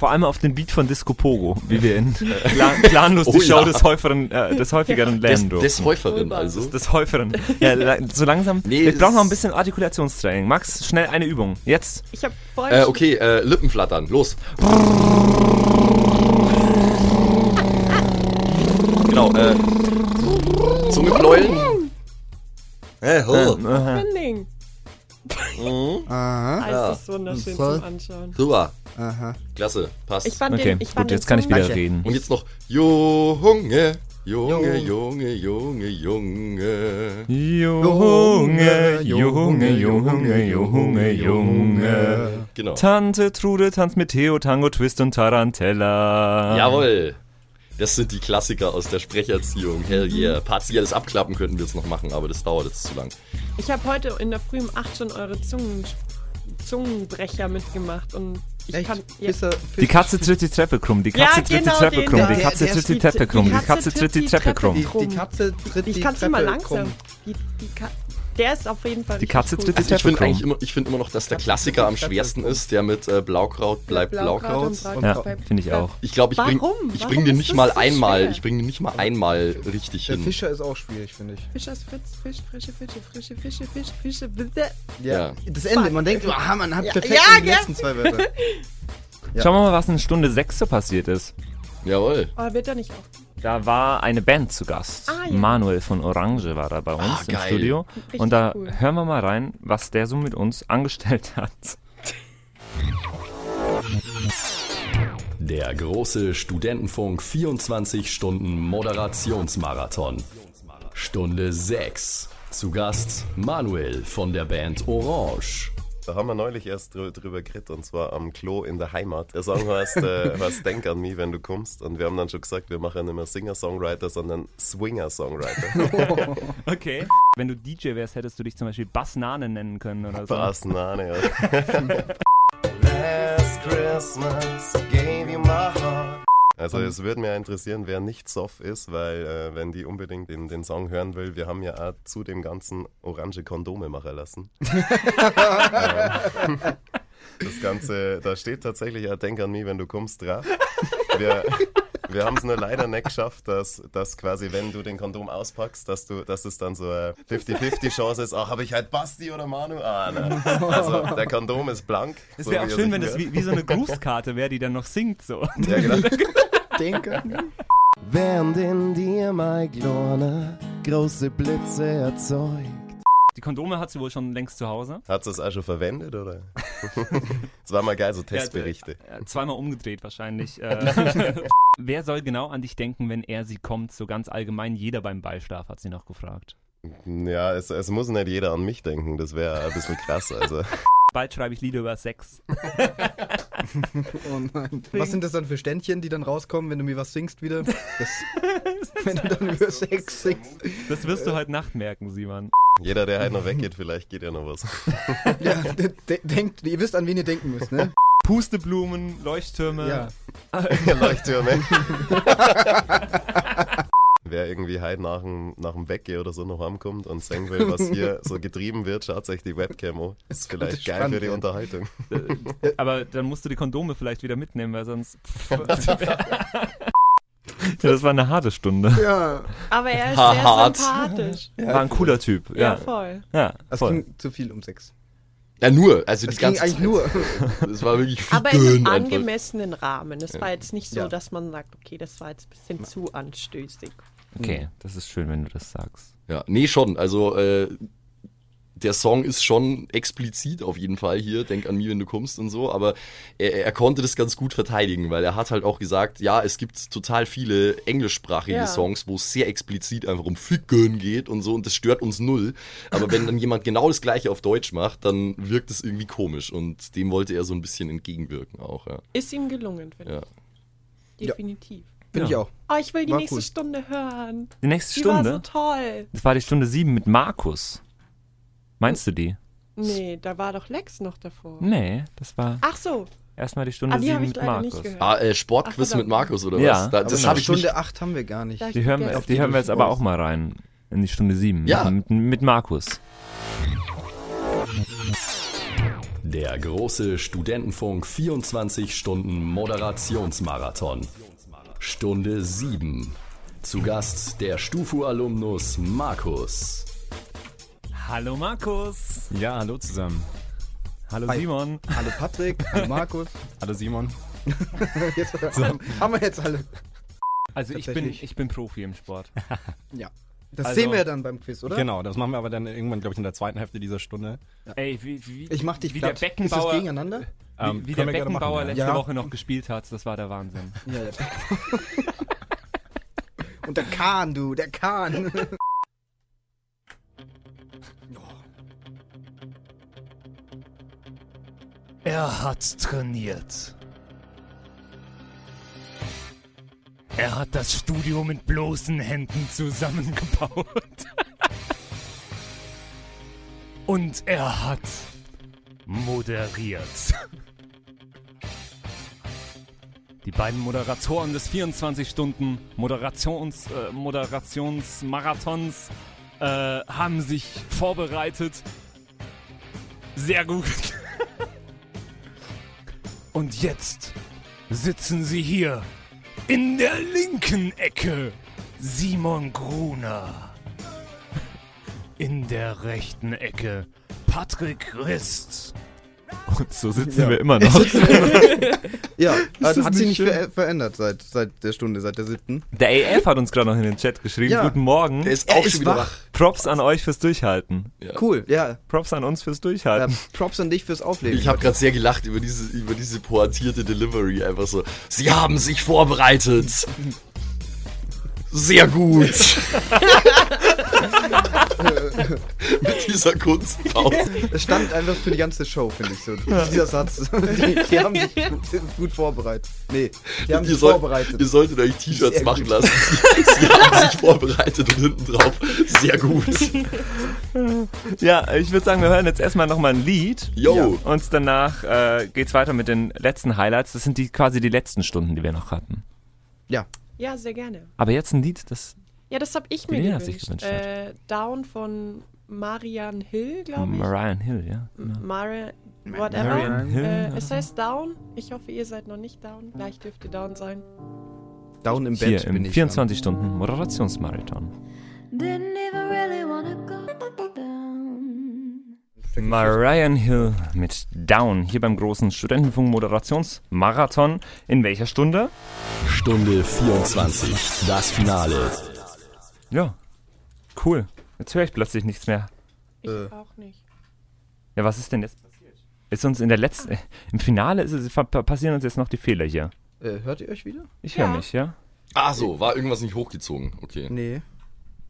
S2: Vor allem auf den Beat von Disco Pogo, wie wir in äh, plan, planlos die
S5: Oh ja.
S2: Show des, Häuferen, äh, des häufigeren
S5: Des,
S2: lernen durften.
S5: des Häuferin also.
S2: des Häuferen. Ja, la- so langsam.
S5: Nee,
S2: wir brauchen
S5: es-
S2: noch ein bisschen Artikulationstraining. Max, schnell eine Übung. Jetzt.
S6: Ich habe vorhin.
S5: Äh, okay, äh, Lippen flattern. Los. Genau, äh, Zunge bläulen. Äh, ho.
S2: Aha.
S6: Spinning.
S5: Mhm.
S3: Aha.
S6: Alles
S5: Ja.
S6: Also, ist wunderschön zum Anschauen.
S5: Super.
S3: Aha.
S5: Klasse. Passt.
S6: Ich fand
S2: Okay,
S6: den, ich fand
S2: gut,
S6: den
S2: jetzt kann ich
S6: Song-
S2: wieder reden.
S5: Und jetzt noch Junge, Junge,
S3: Jo.
S5: Junge, Junge, Junge.
S2: Junge, Junge, Junge, Junge, Äh. Junge.
S5: Genau.
S2: Tante Trude tanzt mit Theo, Tango, Twist und
S6: Ah.
S2: Tarantella.
S5: Jawohl. Das sind die Klassiker aus der Sprecherziehung. Hell yeah.
S6: Mhm.
S5: Partielles Abklappen könnten wir jetzt noch machen, aber das dauert jetzt zu lang.
S6: Ich habe heute in der Früh um 8 schon eure Zungen, Zungenbrecher mitgemacht und ich
S3: Echt?
S6: kann.
S3: Fisser,
S2: Die Katze tritt die Treppe krumm, die
S6: Ja,
S2: Katze tritt die
S6: genau,
S2: Treppe
S6: den
S2: krumm, die
S6: da.
S2: Katze
S3: Der-
S2: tritt
S6: der-
S2: die Treppe
S6: die
S2: krumm, die
S6: Katze
S2: Katze tritt die Treppe krumm.
S3: Die, die Katze tritt
S6: Ich
S3: die
S6: kann es immer
S3: Treppe
S6: langsam.
S3: krumm.
S6: Die, die Ka der ist auf jeden Fall.
S2: Die
S6: richtig
S2: Katze
S6: gut.
S2: tritt die
S5: Also ich finde
S2: Treppe krumm.
S5: eigentlich immer, ich finde immer noch, dass der Klassiker am schwersten ist, der mit äh, Blaukraut bleibt Blaukraut.
S6: Blaukraut
S2: Ja,
S6: und Brat-
S2: finde ich auch.
S5: Ich glaube, ich bringe
S6: Warum?
S5: ich
S6: Warum
S5: bring den
S6: ist
S5: nicht
S6: das
S5: mal
S6: so
S5: einmal,
S6: schwer?
S5: ich bringe den nicht mal einmal richtig
S3: Der
S5: hin.
S3: Fischer ist auch schwierig, finde ich.
S6: Fisch aus Fritz, Fisch, frische Fische, frische Fische, Fisch, Fische, bitte.
S5: Ja.
S3: Das Ende, man denkt, ah, man hat
S6: Ja,
S3: perfekt
S6: ja,
S3: die
S6: gell?
S3: letzten zwei Wörter. Ja.
S2: Schauen wir mal, was in Stunde 6 so passiert ist.
S5: Jawohl.
S6: Aber wird Oh, er nicht auf.
S2: Da war eine Band zu Gast.
S6: Ah, ja.
S2: Manuel von Orange war da bei uns
S5: Ah,
S2: im
S5: geil.
S2: Studio.
S6: Richtig
S2: Und da
S6: cool.
S2: hören wir mal rein, was der so mit uns angestellt hat.
S14: Der große Studentenfunk 24 Stunden Moderationsmarathon. Stunde 6. Zu Gast Manuel von der Band Orange.
S15: Da haben wir neulich erst drü drüber geredet und zwar am Klo in der Heimat. Der Song heißt, äh, heißt Denk an mich, wenn du kommst. Und wir haben dann schon gesagt, wir machen nicht mehr Singer-Songwriter, sondern Swinger-Songwriter.
S2: Okay. Wenn du DJ wärst, hättest du dich zum Beispiel Bassnane nennen können oder so.
S15: Basnane. Last Christmas gave you my heart. Also es würde mir interessieren, wer nicht soff ist, weil äh, wenn die unbedingt den, den Song hören will, wir haben ja auch zu dem ganzen orange Kondome machen lassen. ähm, das Ganze, da steht tatsächlich ja Denk an mich, wenn du kommst drauf. Wir, wir haben es nur leider nicht geschafft, dass, dass quasi, wenn du den Kondom auspackst, dass du, dass es dann so äh, eine 50-50-Chance ist, ach, habe ich halt Basti oder Manu? Ah, ne. Also der Kondom ist blank.
S2: Es
S15: so
S2: wäre
S15: wie
S2: auch
S15: er
S2: schön,
S15: sich
S2: wenn das
S15: hört.
S2: wie, wie so eine Grußkarte wäre, die dann noch singt so.
S15: Ja, genau.
S3: Denke.
S15: Während in dir mein kleiner große Blitze erzeugt.
S2: Die Kondome hat sie wohl schon längst zu Hause.
S15: Hat sie das auch schon verwendet, oder? Zweimal geil, so Testberichte.
S2: Ja, äh, zweimal umgedreht wahrscheinlich. äh. Wer soll genau an dich denken, wenn er sie kommt? So ganz allgemein jeder beim Ballstab, hat sie noch gefragt.
S15: Ja, es, es muss nicht jeder an mich denken, das wäre ein bisschen krass. Also.
S2: Bald schreibe ich Lieder über Sex.
S3: oh nein. Was sind das dann für Ständchen, die dann rauskommen, wenn du mir was singst wieder? Das, wenn du dann über Sex singst.
S2: Das wirst du heute Nacht merken, Simon.
S15: Jeder, der halt noch weggeht, vielleicht geht ja noch was.
S3: ja, de de denkt, ihr wisst, an wen ihr denken müsst, ne?
S2: Pusteblumen, Leuchttürme.
S3: Ja.
S15: Leuchttürme. Wer irgendwie halt nach dem, nach dem Weggehen oder so noch heimkommt und sehen will, was hier so getrieben wird, schaut euch die Webcam an. Ist vielleicht geil
S3: spannend,
S15: für die
S3: ja.
S15: Unterhaltung.
S2: Aber dann musst du die Kondome vielleicht wieder mitnehmen, weil sonst. das war eine harte Stunde.
S3: Ja.
S6: Aber er ist
S5: Hart.
S6: sehr sympathisch.
S2: War ein cooler Typ. Ja,
S6: Ja, voll.
S2: Ja,
S3: Es
S2: voll.
S3: ging zu viel um Sex.
S5: Ja, nur, also
S3: Es
S5: die
S3: ging
S5: ganze
S3: eigentlich
S5: Zeit.
S3: nur.
S5: Das war wirklich viel
S6: Aber in einem
S5: einfach.
S6: angemessenen Rahmen. Es war jetzt nicht so,
S3: Ja.
S6: dass man sagt, okay, das war jetzt ein bisschen zu anstößig.
S2: Okay, das ist schön, wenn du das sagst.
S5: Ja, nee, schon. Also, äh, der Song ist schon explizit auf jeden Fall hier, denk an mich, wenn du kommst und so, aber er, er konnte das ganz gut verteidigen, weil er hat halt auch gesagt, ja, es gibt total viele englischsprachige
S6: Ja.
S5: Songs, wo es sehr explizit einfach um Ficken geht und so und das stört uns null, aber wenn dann jemand genau das gleiche auf Deutsch macht, dann wirkt es irgendwie komisch und dem wollte er so ein bisschen entgegenwirken auch, ja.
S6: Ist ihm gelungen, finde
S5: ja.
S6: ich. Definitiv.
S3: Bin
S2: Ja.
S3: ich auch.
S6: Oh, ich will die
S3: War
S6: nächste
S3: cool.
S6: Stunde hören.
S2: Die nächste
S6: Die
S2: Stunde?
S6: war so toll.
S2: Das war die Stunde 7 mit Markus. Meinst du die?
S6: Nee, da war doch Lex noch davor.
S2: Nee, das war
S6: Ach so.
S2: erstmal die
S6: Ah,
S2: Stunde
S6: die
S2: 7
S6: habe ich
S2: mit
S6: leider nicht
S2: Markus.
S6: gehört.
S5: Ah, äh, Sportquiz
S6: Ach,
S5: mit
S6: verdammt.
S5: Markus oder
S2: Ja.
S5: was? Da,
S2: Aber
S5: das habe ich nicht
S3: Stunde 8 haben wir gar nicht.
S6: Da
S2: Die hören, wir,
S6: Auf
S2: die hören wir jetzt aber auch mal rein. In die Stunde 7.
S5: Ja.
S2: Mit, mit Markus.
S16: Der große Studentenfunk 24 Stunden Moderationsmarathon. Stunde 7. Zu Gast der Stufu-Alumnus Markus.
S2: Hallo Markus.
S17: Ja, hallo zusammen.
S2: Hallo
S3: Hi.
S2: Simon.
S3: Hallo Patrick, hallo Markus.
S17: Hallo Simon.
S3: Jetzt haben wir jetzt alle.
S2: Also ich bin,
S3: Tatsächlich.
S2: ich bin Profi im Sport.
S3: Ja. Das
S2: Also-
S3: sehen wir ja dann beim Quiz, oder?
S17: Genau, das machen wir aber dann irgendwann, glaube ich, in der zweiten Hälfte dieser Stunde.
S2: Ey, wie, wie,
S3: Ich mach dich
S2: wie
S3: platt.
S2: der
S3: Ist das
S2: Beckenbauer, wie,
S3: gegeneinander?
S17: Ähm, können
S2: wie der
S17: wir gerne
S2: Beckenbauer
S17: machen, ja.
S2: letzte
S3: Ja.
S2: Woche noch gespielt hat, das war der Wahnsinn.
S3: Ja, ja. Und der Kahn, du, der Kahn.
S1: Er hat trainiert. Er hat das Studio mit bloßen Händen zusammengebaut. Und er hat moderiert.
S2: Die beiden Moderatoren des 24-Stunden-Moderations-Marathons äh, Moderationsmarathons, äh, haben sich vorbereitet. Sehr gut. Und jetzt sitzen sie hier in der linken Ecke. Simon Gruner. In der rechten Ecke Patrick Rist. Und so sitzen wir immer noch.
S3: Ja, also hat
S2: nicht
S3: sich nicht
S2: schön?
S3: ver verändert seit, seit der Stunde, seit der siebten.
S2: Der AF hat uns gerade noch in den Chat geschrieben.
S3: Ja.
S2: Guten Morgen.
S5: Der ist
S3: Er
S5: auch
S3: ist
S5: schon wieder
S3: wach.
S5: wach.
S2: Props an euch fürs Durchhalten.
S3: Cool, ja.
S2: Props an uns fürs
S3: Äh,
S2: Durchhalten.
S3: Props an dich fürs Aufleben.
S5: Ich habe gerade sehr gelacht über diese, über diese pointierte Delivery. Einfach so, sie haben sich vorbereitet. Sehr gut. Mit dieser Kunstpause.
S3: Es stand einfach für die ganze Show, finde ich so. Dieser Satz. Die, die haben sich gut- gut vorbereitet. Nee, die haben
S5: Ihr,
S3: sich
S5: soll,
S3: vorbereitet.
S5: ihr solltet euch T-Shirts
S3: Sehr
S5: machen
S3: gut.
S5: lassen. Sie haben sich vorbereitet und hinten drauf. Sehr gut.
S2: Ja, ich würde sagen, wir hören jetzt erstmal nochmal ein Lied.
S5: Yo.
S2: Und danach äh, geht's weiter mit den letzten Highlights. Das sind die quasi die letzten Stunden, die wir noch hatten.
S3: ja,
S6: Ja, sehr gerne.
S2: Aber jetzt ein Lied, das
S6: Ja, das habe ich mir
S2: Lena hat sich
S6: gewünscht.
S2: gewünscht,
S6: äh, Down von Marian Hill, glaube ich.
S2: Mariah Hill, ja. genau.
S6: Mara, whatever.
S2: Marian Hill,
S6: Äh, es
S2: oder?
S6: heißt Down. Ich hoffe, ihr seid noch nicht down. Gleich dürft ihr down sein.
S3: down im Bett
S2: Hier
S3: bin
S2: im
S3: ich.
S2: 24 Stunden Moderationsmarathon.
S18: Didn't even really wanna go down.
S2: Mariah Hill mit Down hier beim großen Studentenfunk Moderationsmarathon. In welcher Stunde?
S16: Stunde 24. Das Finale.
S2: Ja. Cool. Jetzt höre ich plötzlich nichts mehr.
S6: Ich
S3: Äh.
S6: auch nicht.
S2: Ja, was ist denn jetzt passiert? Ist uns in der
S3: Ah.
S2: letzten, im Finale ist es, fa- passieren uns jetzt noch die Fehler hier.
S3: Äh, hört ihr euch wieder?
S2: Ich höre mich, ja?
S5: Ah, so, war irgendwas nicht hochgezogen. Okay.
S3: Nee.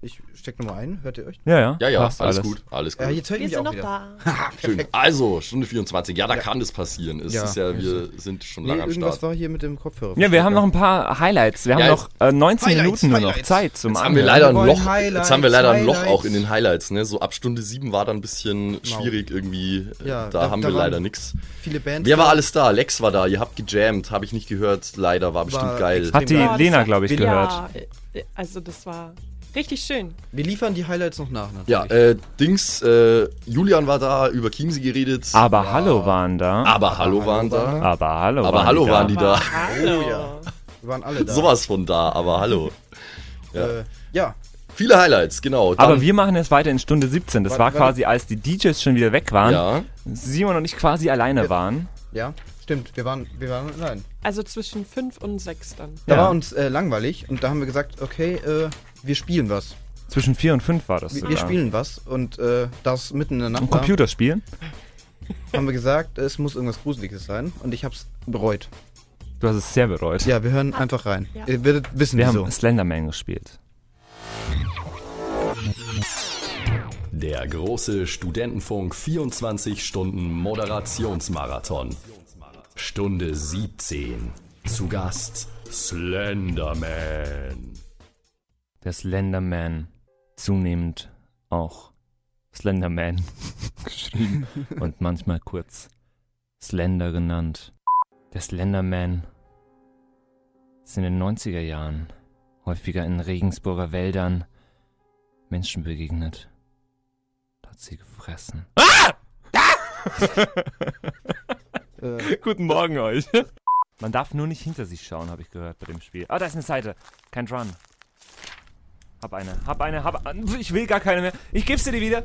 S3: Ich steck nochmal ein, hört ihr euch?
S2: Ja, ja.
S5: Ja, ja, alles,
S2: Passt alles.
S5: gut. Alles gut.
S3: Ja, Äh, jetzt höre ich
S6: Wir
S3: mich
S6: sind
S3: auch
S6: noch
S3: wieder.
S6: da.
S5: Schön. Also, Stunde 24. Ja, da kann das passieren. Es
S3: Ja.
S5: ist ja, wir sind schon
S3: Nee,
S5: lange am
S3: irgendwas
S5: Start.
S3: war hier mit dem Kopfhörer.
S2: Ja, wir haben noch ein paar Highlights. Wir haben
S5: Ja,
S2: noch äh, 19
S5: Highlights,
S2: Minuten nur noch
S5: Highlights.
S2: Zeit zum
S5: Jetzt haben wir
S2: Anhören.
S5: leider ein
S3: Wir wollen
S5: Loch.
S3: Highlights,
S5: Jetzt haben wir leider ein Loch
S3: Highlights.
S5: auch in den Highlights. Ne? So ab Stunde 7 war dann ein bisschen schwierig irgendwie. Äh,
S3: Ja,
S5: da,
S3: da-
S5: haben
S3: da
S5: wir
S3: waren
S5: leider nichts.
S3: viele Bands
S5: Wer war
S3: da.
S5: alles da? Lex war da. Ihr habt gejammt. Habe ich nicht gehört. Leider war bestimmt
S3: War
S5: geil.
S3: extrem Hat die geil.
S2: Lena, glaub ich,
S6: Ja, äh, also das war richtig schön.
S3: Wir liefern die Highlights noch nach. natürlich.
S5: Ja, äh, Dings, äh, Julian war da, über Chiemsee geredet.
S2: Aber Hallo waren da.
S5: Aber Hallo waren da.
S2: Aber Hallo
S5: Ah. Aber
S2: waren
S5: Hallo
S2: die da.
S5: waren die da.
S3: Oh
S6: Hallo.
S3: Wir waren alle da.
S5: Sowas von da, aber hallo. Ja.
S3: Äh, ja,
S5: Viele Highlights, genau. Dann-
S2: Aber wir machen jetzt weiter in Stunde 17. Das
S3: Warte,
S2: war
S3: warte.
S2: quasi, als die DJs schon wieder weg waren.
S5: Ja.
S2: Simon und ich quasi alleine waren.
S3: ja, stimmt. Wir waren, wir waren nein.
S6: Also zwischen fünf und sechs dann.
S3: Da
S2: Ja.
S3: war uns äh, langweilig und da haben wir gesagt, okay, äh, wir spielen was.
S2: Zwischen 4 und 5 war das
S3: Wir, wir
S2: sogar.
S3: spielen was und äh, das mitten in der Nacht
S2: Ein
S3: war,
S2: Computerspiel.
S3: haben wir gesagt, es muss irgendwas Gruseliges sein und ich hab's bereut.
S2: Du hast es sehr bereut.
S3: Ja, wir hören einfach rein.
S6: Ja.
S3: Ihr werdet wissen,
S2: Wir
S3: wieso.
S2: haben Slenderman gespielt.
S4: Der große Studentenfunk 24 Stunden Moderationsmarathon. Stunde 17. Zu Gast Slenderman.
S2: Der Slenderman zunehmend auch Slenderman geschrieben und manchmal kurz Slender genannt. Der Slenderman ist in den 90er Jahren häufiger in Regensburger Wäldern Menschen begegnet. Hat sie gefressen.
S3: Äh,
S2: Guten Morgen euch. Man darf nur nicht hinter sich schauen, habe ich gehört bei dem Spiel. Ah, da ist eine Seite. Kein Run. Hab eine, hab eine, hab. Ich will gar keine mehr. Ich geb's dir die wieder.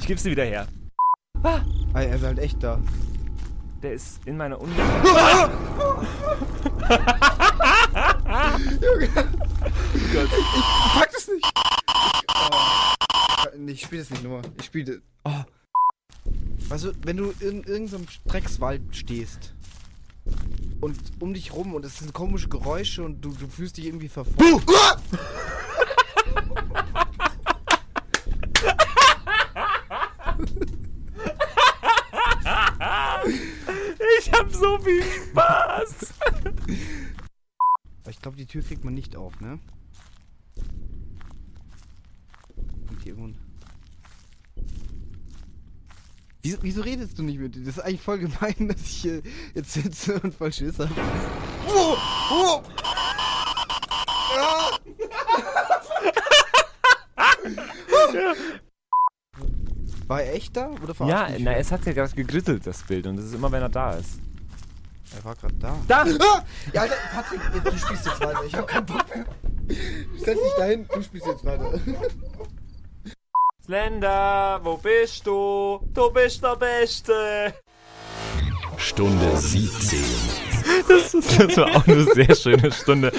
S2: ich geb's dir wieder her.
S3: ah, er ist halt echt da.
S2: Der ist in meiner Un.
S3: Pack das nicht! Ich, oh, nee, ich spiele das nicht nochmal. Ich spiele. Oh. Weißt du, wenn du in irgendeinem Dreckswald stehst und um dich rum und es sind komische Geräusche und du, du fühlst dich irgendwie verfolgt.
S2: Ich hab so viel Spaß.
S3: Aber Ich glaube, die Tür kriegt man nicht auf, ne? Und hier irgendwo ein- Wieso, wieso redest du nicht mit dir? Das ist eigentlich voll gemein, dass ich hier jetzt sitze und voll Schiss habe. Oh, oh. Ah. War er echt da oder
S2: Ja,
S3: verarscht mich
S2: na,
S3: wer?
S2: es hat ja gerade gegrittelt, das Bild. Und das ist immer, wenn er da ist.
S3: Er war gerade da.
S2: Da!
S3: Ah! Ja, Alter, Patrick, du spielst jetzt weiter. Ich hab keinen Bock mehr. Setz dich dahin, du spielst jetzt weiter.
S2: Slender, wo bist du? Du bist der Beste.
S4: Stunde 17.
S2: Das war auch eine sehr schöne Stunde.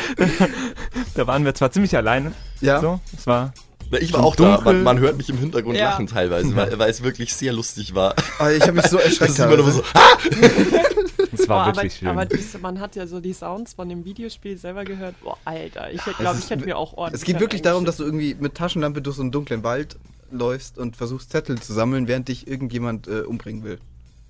S2: Da waren wir zwar ziemlich alleine.
S3: Ja.
S2: So, es war.
S5: Na, ich war auch da. Man, man hört mich im Hintergrund
S6: Ja.
S5: lachen teilweise, weil, weil es wirklich sehr lustig war.
S3: Ah, ich habe mich so
S5: Das
S3: erschreckt.
S5: ist immer nur so, "Ah,
S2: Es war
S6: Boah, aber,
S2: wirklich schön.
S6: aber diese, man hat ja so die Sounds von dem Videospiel selber gehört. Boah, Alter, ich hätte, glaube
S3: Es
S6: ich, hätte
S3: ist-
S6: mir auch ordentlich.
S3: es geht wirklich darum, dass du irgendwie mit Taschenlampe durch so einen dunklen Wald läufst und versuchst Zettel zu sammeln, während dich irgendjemand äh, umbringen will.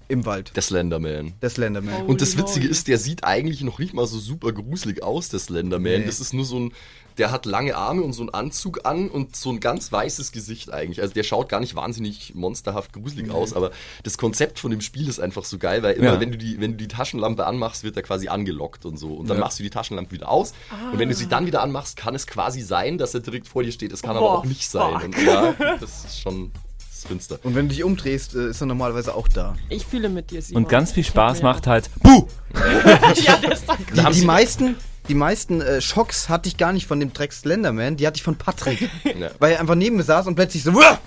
S3: Im Wald.
S5: der Slenderman.
S3: Der Slenderman.
S6: Oh.
S5: Und das
S6: Holy
S5: Witzige
S6: moly.
S5: ist, der sieht eigentlich noch nicht mal so super gruselig aus, der Slenderman.
S3: Nee.
S5: Das ist nur so ein, der hat lange Arme und so einen Anzug an und so ein ganz weißes Gesicht eigentlich. Also der schaut gar nicht wahnsinnig monsterhaft gruselig aus, aber das Konzept von dem Spiel ist einfach so geil, weil immer,
S2: Ja.
S5: wenn, du die, wenn du die Taschenlampe anmachst, wird er quasi angelockt und so. Und dann
S3: Ja.
S5: machst du die Taschenlampe wieder aus. Und wenn du
S6: Ah.
S5: sie dann wieder anmachst, kann es quasi sein, dass er direkt vor dir steht. Es kann aber
S6: Boah,
S5: auch nicht sein.
S6: fuck.
S5: Und ja, das ist schon das ist finster.
S3: Und wenn du dich umdrehst, äh, ist er normalerweise auch da.
S6: Ich fühle mit dir, Simon.
S2: Und ganz viel
S6: Ich hab
S2: Spaß
S6: mir-
S2: macht halt. Buh!
S6: ja, das ist doch
S3: Die, die meisten, die meisten äh, Schocks hatte ich gar nicht von dem Dreck Slenderman, die hatte ich von Patrick. Weil er einfach neben mir saß und plötzlich so "Uah!"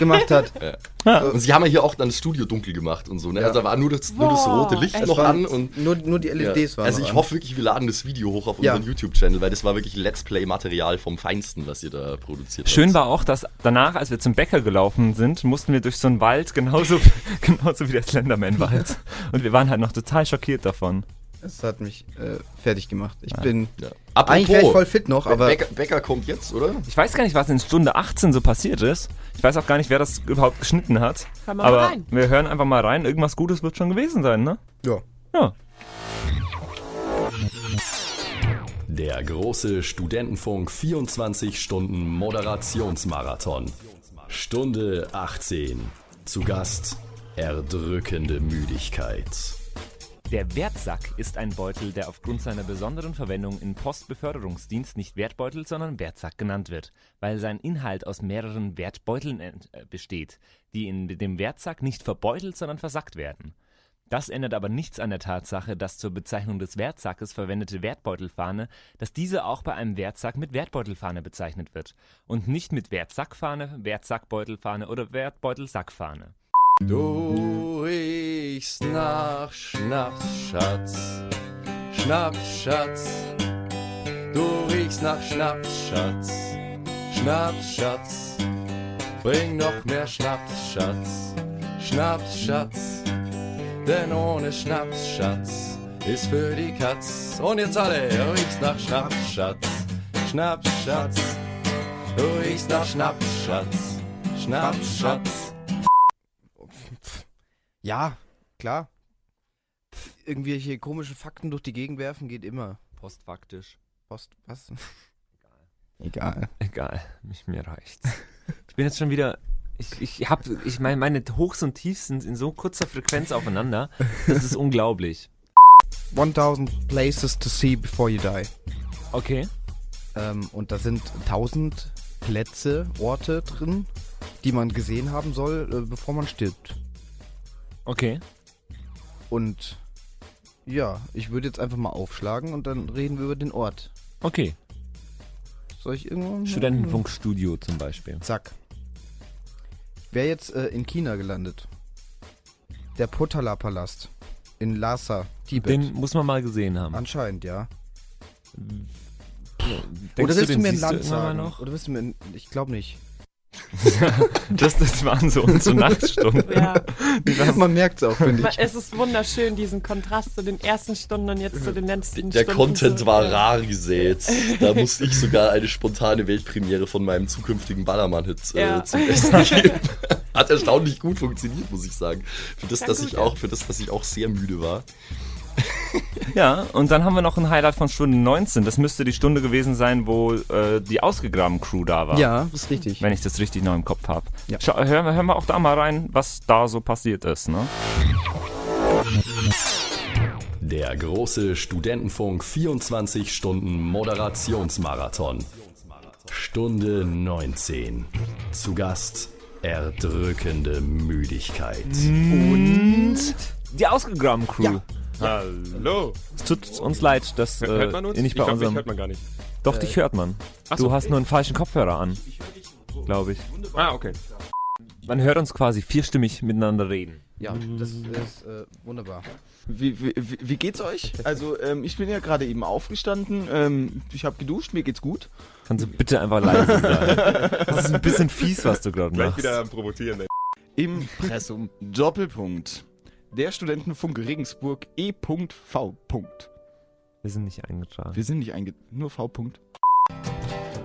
S3: gemacht hat.
S5: Ja. Und sie haben ja hier auch dann das Studio dunkel gemacht und so. Ne?
S3: Ja.
S5: Also da war nur das, nur das
S3: Boah,
S5: rote Licht
S3: echt?
S5: noch
S3: Es waren
S5: an und.
S3: Nur, nur die LEDs waren
S5: Also
S3: noch
S5: ich
S3: an.
S5: hoffe wirklich, wir laden das Video hoch auf
S3: Ja.
S5: unseren YouTube-Channel, weil das war wirklich Let's Play-Material vom Feinsten, was ihr da produziert habt.
S2: Schön war auch, dass danach, als wir zum Bäcker gelaufen sind, mussten wir durch so einen Wald, genauso, genauso wie der Slenderman-Wald. Und wir waren halt noch total schockiert davon.
S3: Es hat mich äh, fertig gemacht. Ich
S2: Ja.
S3: bin
S2: Ja.
S3: eigentlich
S2: Apropos,
S3: wäre ich voll fit noch,
S2: Be-
S3: aber
S2: Becker-
S5: Becker kommt jetzt, oder?
S2: Ich weiß gar nicht, was in Stunde 18 so passiert ist. Ich weiß auch gar nicht, wer das überhaupt geschnitten hat.
S6: Hör mal
S2: Aber
S6: rein.
S2: wir hören einfach mal rein. Irgendwas Gutes wird schon gewesen sein, ne?
S3: Ja.
S2: Ja.
S4: Der große Studentenfunk 24 Stunden Moderationsmarathon. Stunde 18. Zu Gast erdrückende Müdigkeit.
S7: Der Wertsack ist ein Beutel, der aufgrund seiner besonderen Verwendung in Postbeförderungsdienst nicht Wertbeutel, sondern Wertsack genannt wird, weil sein Inhalt aus mehreren Wertbeuteln ent- äh, besteht, die in dem Wertsack nicht verbeutelt, sondern versackt werden. Das ändert aber nichts an der Tatsache, dass zur Bezeichnung des Wertsackes verwendete Wertbeutelfahne, dass diese auch bei einem Wertsack mit Wertbeutelfahne bezeichnet wird und nicht mit Wertsackfahne, Wertsackbeutelfahne oder Wertbeutelsackfahne.
S4: Du riechst nach Schnaps, Schatz. Schnaps, Schatz. Du riechst nach Schnaps, Schatz. Schnaps, Schatz. Bring noch mehr Schnaps, Schatz. Schnaps, Schatz. Denn ohne Schnaps, Schatz, ist für die Katz. Und jetzt alle, du riechst nach Schnaps, Schatz. Schnaps, Schatz. Du riechst nach Schnaps, Schatz. Schnaps, Schatz.
S3: ja, klar. Pff, Irgendwelche komischen Fakten durch die Gegend werfen geht immer.
S2: Postfaktisch.
S3: Post, was? Egal.
S2: Egal, mich, mir reicht's. Ich bin jetzt schon wieder. Ich, ich hab, ich meine, meine Hochs und Tiefs sind in so kurzer Frequenz aufeinander. Das ist unglaublich.
S3: 1000 Places to see before you die.
S2: Okay.
S3: Ähm, und da sind 1000 Plätze, Orte drin, die man gesehen haben soll, äh, bevor man stirbt.
S2: Okay.
S3: Und ja, ich würde jetzt einfach mal aufschlagen und dann reden wir über den Ort.
S2: Okay.
S3: Soll ich irgendwo?
S2: Studentenfunkstudio zum Beispiel.
S3: Zack. Wäre jetzt äh, in China gelandet. Der Potala-Palast in Lhasa, Tibet.
S2: Den muss man mal gesehen haben.
S3: Anscheinend, ja.
S2: Denkst
S3: Oder willst du,
S2: den
S3: mir ein
S2: siehst
S3: Land
S2: irgendwann mal
S3: sagen?
S2: noch?
S3: Oder willst du mir ein, Ich glaube nicht.
S2: Das, das waren so unsere Nachtstunden.
S6: Ja.
S3: Die waren- Man merkt es auch, finde ich.
S6: Es ist wunderschön, diesen Kontrast zu den ersten Stunden und jetzt zu den letzten
S5: Der
S6: Stunden.
S5: Content
S6: zu-
S5: war
S6: Ja.
S5: rar gesät. Da musste ich sogar eine spontane Weltpremiere von meinem zukünftigen Ballermann-Hit äh,
S6: Ja.
S5: zum Besten geben. Hat erstaunlich gut funktioniert, muss ich sagen. Für das,
S6: Ja,
S5: dass
S6: gut,
S5: ich
S6: ja.
S5: auch, für das, dass ich auch sehr müde war.
S2: Ja, und dann haben wir noch ein Highlight von Stunde 19. Das müsste die Stunde gewesen sein, wo äh, die Ausgegraben-Crew da war.
S3: Ja, ist richtig.
S2: Wenn ich das richtig noch im Kopf habe.
S3: Ja.
S2: Hören, wir- hören wir auch da mal rein, was da so passiert ist. Ne?
S4: Der große Studentenfunk 24 Stunden Moderationsmarathon. Stunde 19. Zu Gast erdrückende Müdigkeit.
S2: Hm. Und die Ausgegraben-Crew.
S19: Hallo.
S2: Es tut uns leid, dass äh,
S19: Hört man uns?
S2: ihr nicht bei
S19: ich glaub,
S2: unserem...
S19: mich hört man gar nicht.
S2: Doch,
S19: Äh,
S2: dich hört man.
S19: Ach
S2: Du
S19: so.
S2: hast nur einen falschen Kopfhörer an, glaube ich.
S19: Ah, okay.
S2: Man hört uns quasi vierstimmig miteinander reden.
S3: Ja, das ist äh, wunderbar.
S20: Wie, wie, wie wie geht's euch? Also, ähm, ich bin ja gerade eben aufgestanden. Ähm, ich habe geduscht, mir geht's gut.
S2: Kannst du bitte einfach leise sein? Das ist ein bisschen fies, was du gerade
S19: Gleich
S2: machst.
S19: wieder am Provozieren, ey.
S20: Impressum Doppelpunkt. Der Studentenfunk Regensburg E.V.
S2: Wir sind nicht eingetragen.
S20: Wir sind nicht eingetragen, nur V. -Punkt.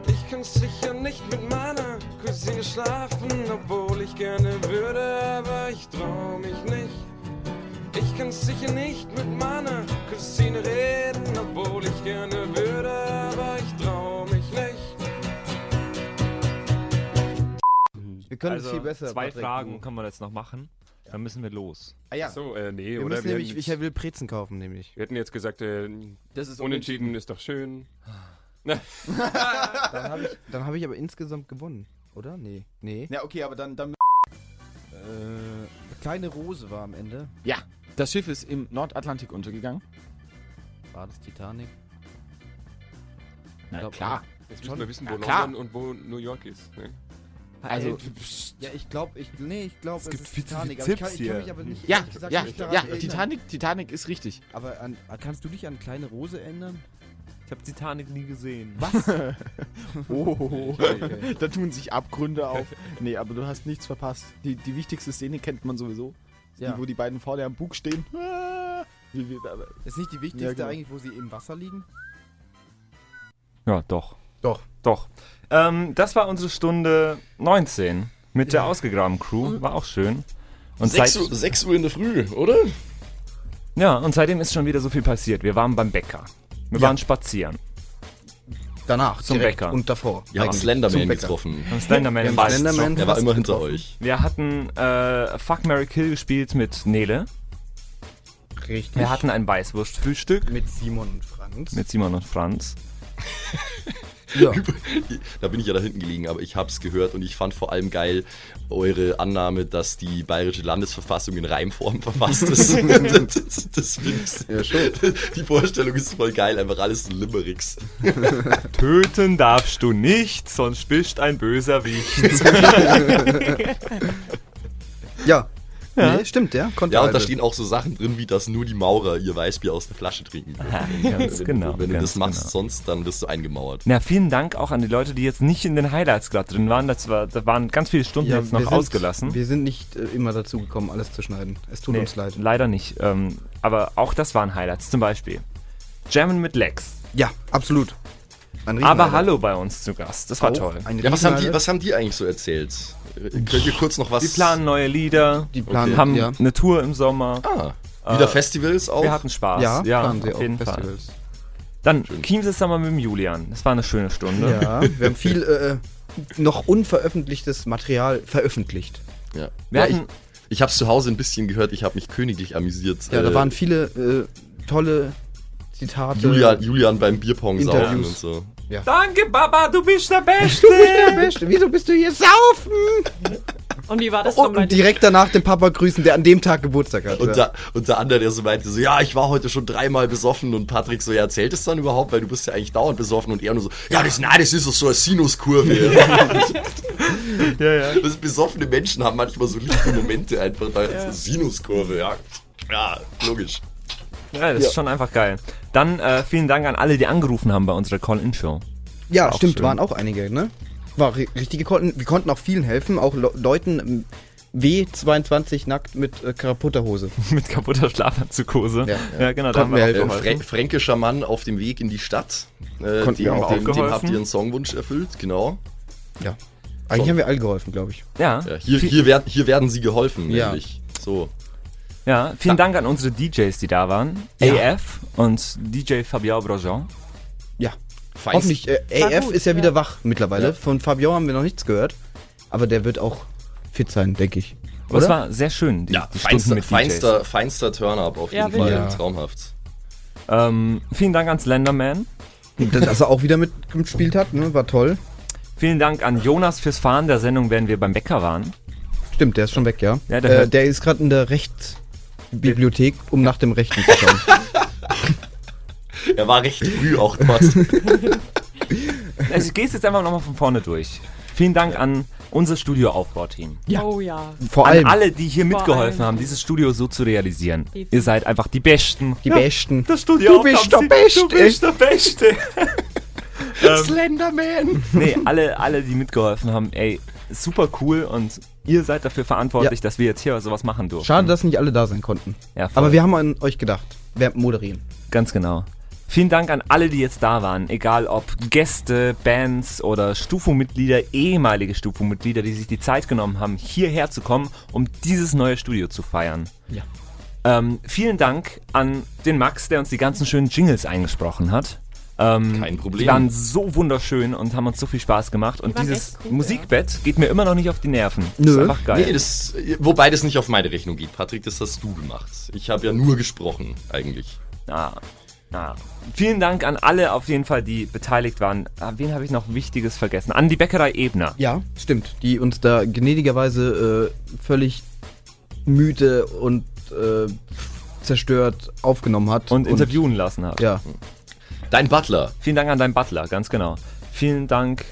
S21: Ich kann sicher nicht mit meiner Cousine schlafen, obwohl ich gerne würde, aber ich trau mich nicht. Ich kann sicher nicht mit meiner Cousine reden, obwohl ich gerne würde, aber ich trau mich nicht.
S3: Wir können es
S2: also
S3: viel besser,
S2: Zwei
S3: Patrick.
S2: Fragen kann man jetzt noch machen. Dann müssen wir los.
S3: Ah ja.
S19: So, äh, nee,
S3: Wir
S19: oder?
S3: müssen
S19: Wir
S3: nämlich,
S19: hätten-
S3: ich will Brezen kaufen, nämlich.
S19: Wir hätten jetzt gesagt, äh,
S3: Das ist
S19: unentschieden ist doch schön.
S3: Dann habe ich, dann hab ich aber insgesamt gewonnen, oder? Nee. Nee.
S20: Ja, okay, aber dann. dann
S3: Äh, kleine Rose war am Ende.
S20: ja, das Schiff ist im Nordatlantik untergegangen.
S3: War das Titanic?
S22: Na klar.
S19: Jetzt müssen wir wissen, wo
S22: Na klar.
S19: London und wo New York ist. Ne?
S22: Also,
S3: ja, ich glaube, ich, nee, ich glaube, es,
S22: gibt
S3: ist
S22: viel zu
S3: Titanic.
S22: viele
S3: aber ich kann, ich
S22: Tipps
S3: kann mich aber nicht,
S22: hier.
S3: ehrlich gesagt,
S22: Ja,
S3: nicht
S22: ja,
S3: daran
S22: ja,
S3: erinnern.
S22: Titanic- Titanic ist richtig.
S3: Aber an, kannst du dich an Kleine Rose erinnern?
S2: Ich habe Titanic nie gesehen.
S3: Was?
S22: Oh,
S3: Okay.
S22: da tun sich Abgründe auf. Nee, aber du hast nichts verpasst. Die, die wichtigste Szene kennt man sowieso.
S3: Ja.
S22: Die, wo die beiden vorne am Bug stehen. Wie wir da-
S3: Ist nicht die
S22: Ja,
S3: wichtigste
S22: genau.
S3: eigentlich, wo sie im Wasser liegen?
S2: Ja, doch.
S15: Doch.
S2: Doch. Ähm, das war unsere Stunde 19 mit der ausgegraben Crew. War auch schön. Und
S5: Sechs
S2: seit-
S5: Uhr- sechs Uhr in der Früh, oder?
S2: Ja, und seitdem ist schon wieder so viel passiert. Wir waren beim Bäcker. Wir waren spazieren.
S3: Danach,
S2: Zum
S3: direkt
S2: Bäcker.
S3: und davor.
S5: Wir haben
S2: Eigentlich.
S5: Slenderman
S2: Zum Bäcker.
S5: getroffen.
S2: Wir haben Slenderman,
S5: Wir haben
S2: fast
S5: Slenderman
S2: getroffen.
S5: Er war fast immer hinter getroffen. euch.
S2: Wir hatten äh, Fuck, Mary Kill gespielt mit Nele.
S3: Richtig.
S2: Wir hatten ein Weißwurstfrühstück.
S3: Mit Simon und Franz.
S2: Mit Simon und Franz.
S3: Ja.
S5: Da bin ich ja da hinten gelegen, aber ich hab's gehört und ich fand vor allem geil eure Annahme, dass die bayerische Landesverfassung in Reimform verfasst ist. das das, das finde ich- Die Vorstellung ist voll geil, einfach alles in Limericks.
S2: Töten darfst du nicht, sonst bist ein böser Wicht.
S3: Ja.
S5: Ja.
S3: Nee, stimmt, ja. Konnte
S5: Ja, und da
S3: also.
S5: stehen auch so Sachen drin, wie dass nur die Maurer ihr Weißbier aus der Flasche trinken. dürfen.
S2: Ganz
S5: wenn,
S2: genau,
S5: Wenn du
S2: ganz
S5: das machst, sonst, dann wirst du eingemauert.
S2: Na, vielen Dank auch an die Leute, die jetzt nicht in den Highlights gerade drin waren. Das war, da waren ganz viele Stunden
S3: Ja,
S2: jetzt noch
S3: wir sind-
S2: ausgelassen.
S3: Wir sind nicht äh, immer dazu gekommen, alles zu schneiden. Es tut
S2: Nee,
S3: uns leid.
S2: Leider nicht. Ähm, aber auch das waren Highlights. Zum Beispiel Jammen mit Lex.
S3: Ja, absolut.
S2: aber Hallo bei uns zu Gast. Das war
S5: Auch
S2: toll.
S3: ein
S5: Ja, was haben, die, was haben die eigentlich so erzählt? Äh, Könnt ihr kurz noch was?
S2: Die planen neue Lieder.
S5: Die planen,
S2: haben
S5: ja.
S2: eine Tour im Sommer.
S5: Ah, wieder Festivals auch?
S2: Wir hatten Spaß.
S5: Ja, planen
S2: auf
S5: sie auch
S2: jeden
S5: Festivals.
S2: Fall. Dann Chiemsee Summer mit dem Julian. Das war eine schöne Stunde.
S3: Ja, wir haben viel äh, noch unveröffentlichtes Material veröffentlicht.
S5: Ja.
S3: Wir
S5: ja ich,
S3: hatten-
S5: ich hab's zu Hause ein bisschen gehört, ich habe mich königlich amüsiert.
S3: Ja, da
S5: Äh,
S3: waren viele äh, tolle Zitate.
S5: Julian, Julian beim Bierpong saufen und
S3: Interviews.
S5: so.
S3: Ja.
S2: Danke, Baba, du bist der Beste.
S3: Du bist der Beste. Wieso bist du hier saufen?
S6: Und wie war das
S5: Oh,
S6: dann bei
S3: Und direkt danach den Papa grüßen, der an dem Tag Geburtstag hat.
S5: Und, da, und der andere, der so meinte, so, ja, ich war heute schon dreimal besoffen und Patrick so, ja, zählt es dann überhaupt, weil du bist ja eigentlich dauernd besoffen und er nur so, ja, das, nein, das ist doch so eine Sinuskurve.
S2: ja, ja.
S5: Das besoffene Menschen haben manchmal so lichte Momente einfach, da so Sinuskurve, ja. Ja, logisch.
S2: Ja, das
S5: Ja.
S2: ist schon einfach geil. Dann äh, vielen Dank an alle, die angerufen haben bei unserer Call-In-Show.
S3: Ja,
S2: Auch
S3: stimmt,
S2: schön.
S3: waren auch einige, ne? War ri- richtige konnten, wir konnten auch vielen helfen, auch Le Leuten ähm, W22 nackt mit äh, kaputter Hose.
S2: mit kaputter Schlafanzugose. Ja, genau,
S5: Konnten wir halt helfen.
S2: auch geholfen.
S5: Frä- fränkischer Mann auf dem Weg in die Stadt. Äh,
S3: Konnten
S5: dem,
S3: wir auch
S5: dem, dem
S3: geholfen.
S5: habt ihr einen Songwunsch erfüllt, genau.
S3: Ja. Eigentlich haben wir alle geholfen, glaube ich.
S2: Ja.
S5: Ja, Äh, hier, hier, werden, hier werden sie geholfen,
S3: Ja.
S5: nämlich. So.
S2: Ja, vielen Dank an unsere DJs, die da waren.
S5: Ja.
S2: AF und DJ Fabian Brojean.
S3: Ja.
S5: Feinst-
S3: Hoffentlich, äh,
S5: War
S3: AF
S5: gut,
S3: ist ja,
S5: ja.
S3: wieder wach mittlerweile.
S5: Ja.
S3: Von Fabio haben wir noch nichts gehört, aber der wird auch fit sein, denke ich.
S2: Aber es war sehr schön, die-
S5: ja,
S2: die Stunden
S5: feinster,
S2: mit DJs.
S5: feinster, feinster Turn-Up auf
S2: Ja,
S5: jeden Fall.
S2: wirklich. Ja.
S5: Traumhaft.
S2: Ähm, vielen Dank an Slenderman.
S3: Dass er auch wieder mitgespielt hat, ne? war toll.
S2: Vielen Dank an Jonas fürs Fahren der Sendung, während wir beim Bäcker waren.
S3: Stimmt, der ist schon weg, ja.
S2: Ja, der
S3: der, äh,
S2: hört-
S3: der ist gerade in der Rechtsbibliothek, um nach dem Rechten zu schauen.
S5: Er war recht früh auch dort.
S2: Also ich gehe jetzt einfach nochmal von vorne durch. Vielen Dank an unser Studioaufbauteam.
S6: Ja. Oh ja.
S3: Vor allem.
S2: An alle, die hier
S6: Vor
S2: mitgeholfen
S6: allem.
S2: haben, dieses Studio so zu realisieren.
S6: Definitiv.
S2: Ihr seid einfach die Besten.
S3: Die Besten.
S2: Das Studio
S3: Du bist
S2: Aufgaben-
S3: der Beste.
S2: Du bist der Beste. ähm,
S3: Slenderman!
S2: nee, alle, alle, die mitgeholfen haben, ey, super cool und ihr seid dafür verantwortlich, dass wir jetzt hier sowas machen durften.
S3: Schade, dass nicht alle da sein konnten.
S2: Ja, voll.
S3: Aber wir haben an euch gedacht. Wir moderieren.
S2: Ganz genau. Vielen Dank an alle, die jetzt da waren, egal ob Gäste, Bands oder Stufo-Mitglieder, ehemalige Stufo-Mitglieder, die sich die Zeit genommen haben, hierher zu kommen, um dieses neue Studio zu feiern.
S3: Ja.
S2: Ähm, vielen Dank an den Max, der uns die ganzen schönen Jingles eingesprochen hat. Ähm, Kein
S5: Problem.
S2: Die waren so wunderschön und haben uns so viel Spaß gemacht. Und
S5: waren
S2: dieses
S5: echt cool,
S2: Musikbett geht mir immer noch nicht auf die Nerven.
S5: Nö.
S2: Ist einfach geil.
S5: Nee, das, wobei das nicht auf meine Rechnung geht, Patrick, das hast du gemacht. Ich habe ja nur gesprochen, eigentlich.
S2: Ah, ah. Vielen Dank an alle auf jeden Fall, die beteiligt waren. Ah, wen habe ich noch Wichtiges vergessen? An die Bäckerei Ebner.
S3: Ja, stimmt. Die uns da gnädigerweise äh, völlig müde und äh, zerstört aufgenommen hat.
S2: Und interviewen lassen hat.
S3: Ja.
S5: Dein Butler.
S2: Vielen Dank an deinen Butler, ganz genau. Vielen Dank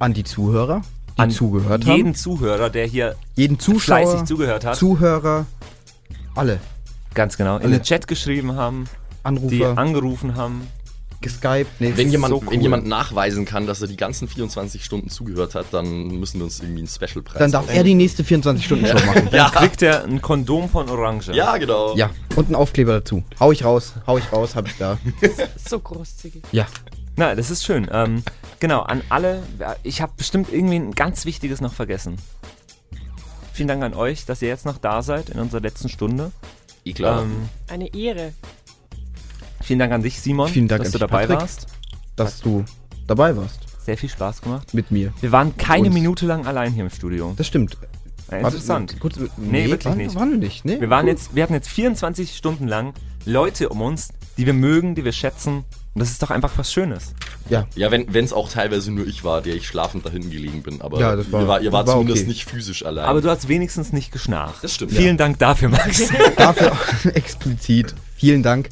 S3: an die Zuhörer, die
S2: an
S3: zugehört haben.
S2: jeden Zuhörer, der hier
S3: jeden Zuschauer,
S2: fleißig zugehört hat.
S3: Zuhörer, alle.
S2: Ganz genau. In
S3: Alle.
S2: den Chat geschrieben haben,
S3: Anrufer.
S2: die angerufen haben.
S3: Geskyped. Nee,
S5: Wenn jemand,
S3: so cool.
S5: wenn jemand nachweisen kann, dass er die ganzen 24 Stunden zugehört hat, dann müssen wir uns irgendwie einen Special-Preis
S3: Dann darf er die nächste 24-Stunden-Show machen.
S2: Dann kriegt er ein Kondom von Orange.
S5: Ja, genau.
S3: Ja, und einen Aufkleber dazu. Hau ich raus, hau ich raus, hab ich da.
S6: So großzügig.
S3: Ja.
S2: Na, das ist schön. Ähm, genau, an alle. Ich habe bestimmt irgendwie ein ganz Wichtiges noch vergessen. Vielen Dank an euch, dass ihr jetzt noch da seid in unserer letzten Stunde.
S5: Eh klar.
S2: Ähm,
S6: Eine Ehre.
S2: vielen Dank an dich, Simon,
S3: Vielen Dank
S2: dass
S3: an
S2: du
S3: dich,
S2: dabei
S3: Patrick.
S2: warst.
S3: Dass du dabei warst.
S2: Sehr viel Spaß gemacht.
S3: Mit mir.
S2: Wir waren keine
S3: Uns.
S2: Minute lang allein hier im Studio.
S3: Das stimmt.
S2: Ja,
S3: Warte,
S2: Äh, interessant.
S3: kurz-
S2: nee,
S3: nee,
S2: wirklich
S3: waren-
S2: nicht.
S3: waren wir nicht, nee,
S2: wir, waren
S3: cool.
S2: jetzt, wir hatten jetzt 24 Stunden lang Leute um uns, die wir mögen, die wir schätzen. Und das ist doch einfach was Schönes.
S3: Ja.
S5: Ja, wenn es auch teilweise nur ich war, der ich schlafend dahin gelegen bin, aber
S2: Ja, das war-
S5: ihr, war, ihr wart
S2: war
S5: zumindest
S2: okay.
S5: nicht physisch allein.
S2: Aber du hast wenigstens nicht geschnarcht.
S5: Das stimmt.
S2: Vielen
S5: Ja.
S2: Dank dafür, Max.
S3: Dafür auch explizit. Vielen Dank.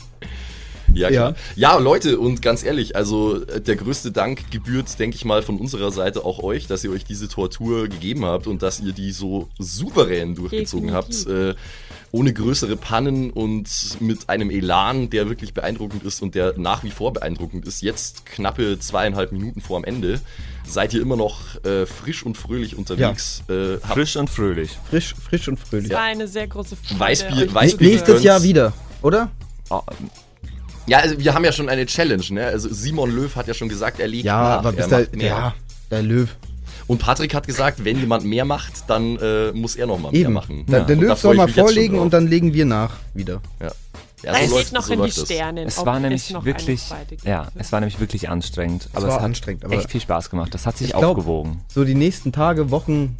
S5: Ja, klar. Ja. Leute, und ganz ehrlich, also äh, der größte Dank gebührt, denke ich mal, von unserer Seite auch euch, dass ihr euch diese Tortur gegeben habt und dass ihr die so souverän durchgezogen habt. Äh, ohne größere Pannen und mit einem Elan, der wirklich beeindruckend ist und der nach wie vor beeindruckend ist. Jetzt knappe zweieinhalb Minuten vor am Ende seid ihr immer noch äh, frisch und fröhlich unterwegs. Äh, habt-
S2: Frisch und fröhlich.
S3: Frisch, frisch und fröhlich.
S6: Es war eine sehr große Freude.
S5: Weißbier,
S6: euch
S5: Weißbier.
S3: Nächstes Jahr wieder, oder?
S5: Ja, also wir haben ja schon eine Challenge, ne? Also Simon Löw hat ja schon gesagt, er legt
S3: Ja,
S5: nach,
S3: aber
S5: er
S3: bis der,
S5: macht mehr.
S3: ja, der Löw.
S5: Und Patrick hat gesagt, wenn jemand mehr macht, dann äh, muss er nochmal mehr
S3: Eben.
S5: machen.
S3: Der, der
S5: Und da
S3: Löw
S5: freu
S3: soll
S5: ich
S3: mal
S5: mich jetzt schon
S3: vorlegen
S5: drauf.
S3: und dann legen wir nach wieder.
S5: Ja.
S6: Es
S5: so
S6: geht
S5: läuft-
S6: noch
S5: so
S6: in die
S5: läuft das.
S6: Sterne.
S2: Es
S6: ob
S2: war
S6: es
S2: nämlich
S6: noch
S2: wirklich,
S6: eine zweite gibt.
S2: ja, es war nämlich wirklich anstrengend. Aber es,
S3: war
S2: hat
S3: anstrengend, aber-
S2: echt viel Spaß gemacht. Das hat sich
S3: Ich glaub,
S2: aufgewogen.
S3: So die nächsten Tage, Wochen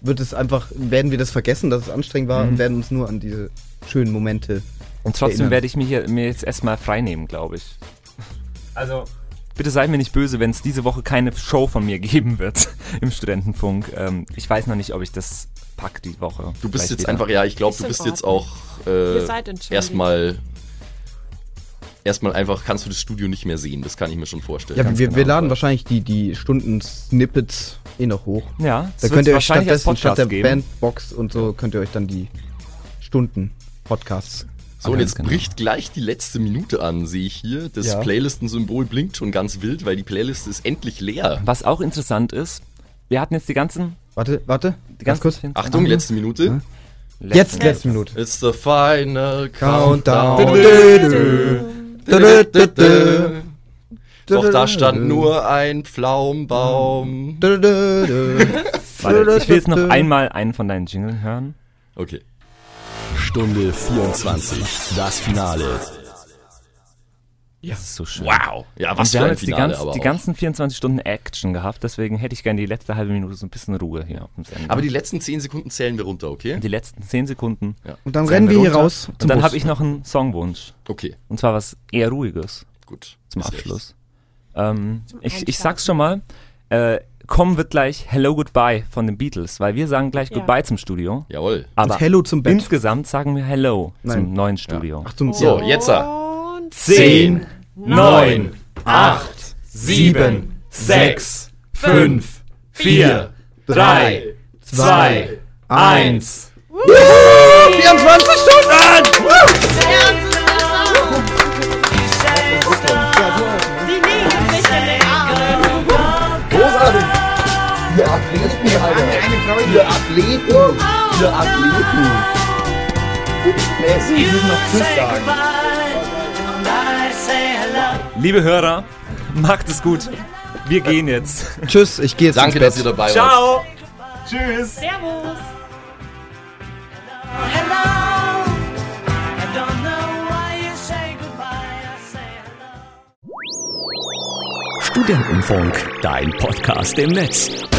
S3: wird es einfach, werden wir das vergessen, dass es anstrengend war und werden uns nur an diese schönen Momente.
S2: Mhm. Und trotzdem werde ich mir, hier, mir jetzt erstmal freinehmen, glaube ich. Also. Bitte seid mir nicht böse, wenn es diese Woche keine Show von mir geben wird im Studentenfunk. Ähm, ich weiß noch nicht, ob ich das pack die Woche.
S5: Du bist
S2: Vielleicht
S5: jetzt
S2: wieder.
S5: einfach, ja, ich glaube,
S6: Ist
S5: du
S6: in
S5: bist jetzt
S6: Ordnung.
S5: auch
S6: Ihr
S5: äh,
S6: seid entschuldigt.
S5: erstmal erstmal einfach kannst du das Studio nicht mehr sehen. Das kann ich mir schon vorstellen.
S3: Ja, wir,
S6: genau.
S2: genau
S3: wir laden wahrscheinlich die, die Stunden-Snippets eh noch hoch.
S2: Ja, das
S3: da
S2: wird's
S3: könnt ihr euch
S2: wahrscheinlich als
S3: stattdessen statt
S2: Podcast
S3: der
S2: geben.
S3: Bandbox und so könnt ihr euch dann die Stunden-Podcasts.
S5: So, und
S3: anhören.
S5: jetzt bricht gleich die letzte Minute an, sehe ich hier. Das
S3: genau. Ja.
S5: Playlisten-Symbol blinkt schon ganz wild, weil die Playlist ist endlich leer.
S2: Was auch interessant ist, wir hatten jetzt die ganzen.
S3: Warte, warte.
S2: Die
S3: ganz
S2: ganzen
S3: kurz.
S5: Achtung, letzte
S3: Hm?
S5: Minute.
S3: Jetzt, letzte Minute.
S5: It's the final
S3: Countdown.
S5: countdown. Doch da stand nur ein Pflaumenbaum.
S2: Warte, ich will jetzt noch einmal einen von deinen Jingle hören.
S5: Okay.
S23: Stunde 24, das Finale.
S2: Ja. Das ist so schön.
S5: Wow. Oh, Ja, was
S2: Und
S5: für
S2: wir haben
S5: ein
S2: jetzt
S5: Finale
S2: die,
S5: aber
S2: ganz, die
S5: auch.
S2: ganzen 24 Stunden Action gehabt, deswegen hätte ich gerne die letzte halbe Minute so ein bisschen Ruhe hier auf dem Sender.
S5: Aber die letzten 10 Sekunden zählen wir runter, okay?
S2: Die letzten 10 Sekunden.
S5: Ja.
S3: Und dann rennen wir hier raus
S2: Und
S3: zum
S2: dann
S3: Bus.
S2: habe ich noch einen Songwunsch.
S5: Okay.
S2: Und zwar was eher Ruhiges.
S5: Gut.
S2: Zum
S5: Ist recht.
S2: Abschluss. Ähm, ich, ich sag's schon mal. Äh, kommen wird gleich Hello Goodbye von den Beatles, weil wir sagen gleich
S6: Ja.
S2: Goodbye zum Studio.
S5: Jawohl.
S2: Aber
S3: Und Hello zum Bett.
S2: insgesamt sagen wir Hello
S3: Nein.
S2: zum neuen Studio.
S3: Ach, zum-
S5: So,
S3: Ja.
S5: jetzt.
S2: Zehn, neun,
S5: acht,
S2: sieben, sechs,
S5: fünf, vier, drei,
S2: zwei,
S5: eins.
S3: 24 Stunden!
S5: Großartig! Ihr Athleten, Alter! Ihr Athleten! Ihr Athleten!
S18: You say goodbye, and I say hello.
S2: Liebe Hörer, macht es gut. Wir gehen jetzt.
S3: Tschüss, ich gehe jetzt
S5: Danke,
S3: ins Bett.
S5: dass ihr dabei wart.
S2: Ciao. Tschüss.
S18: Servus. Hello. I don't know why you say goodbye. I say hello.
S23: Studentenfunk, dein Podcast im Netz.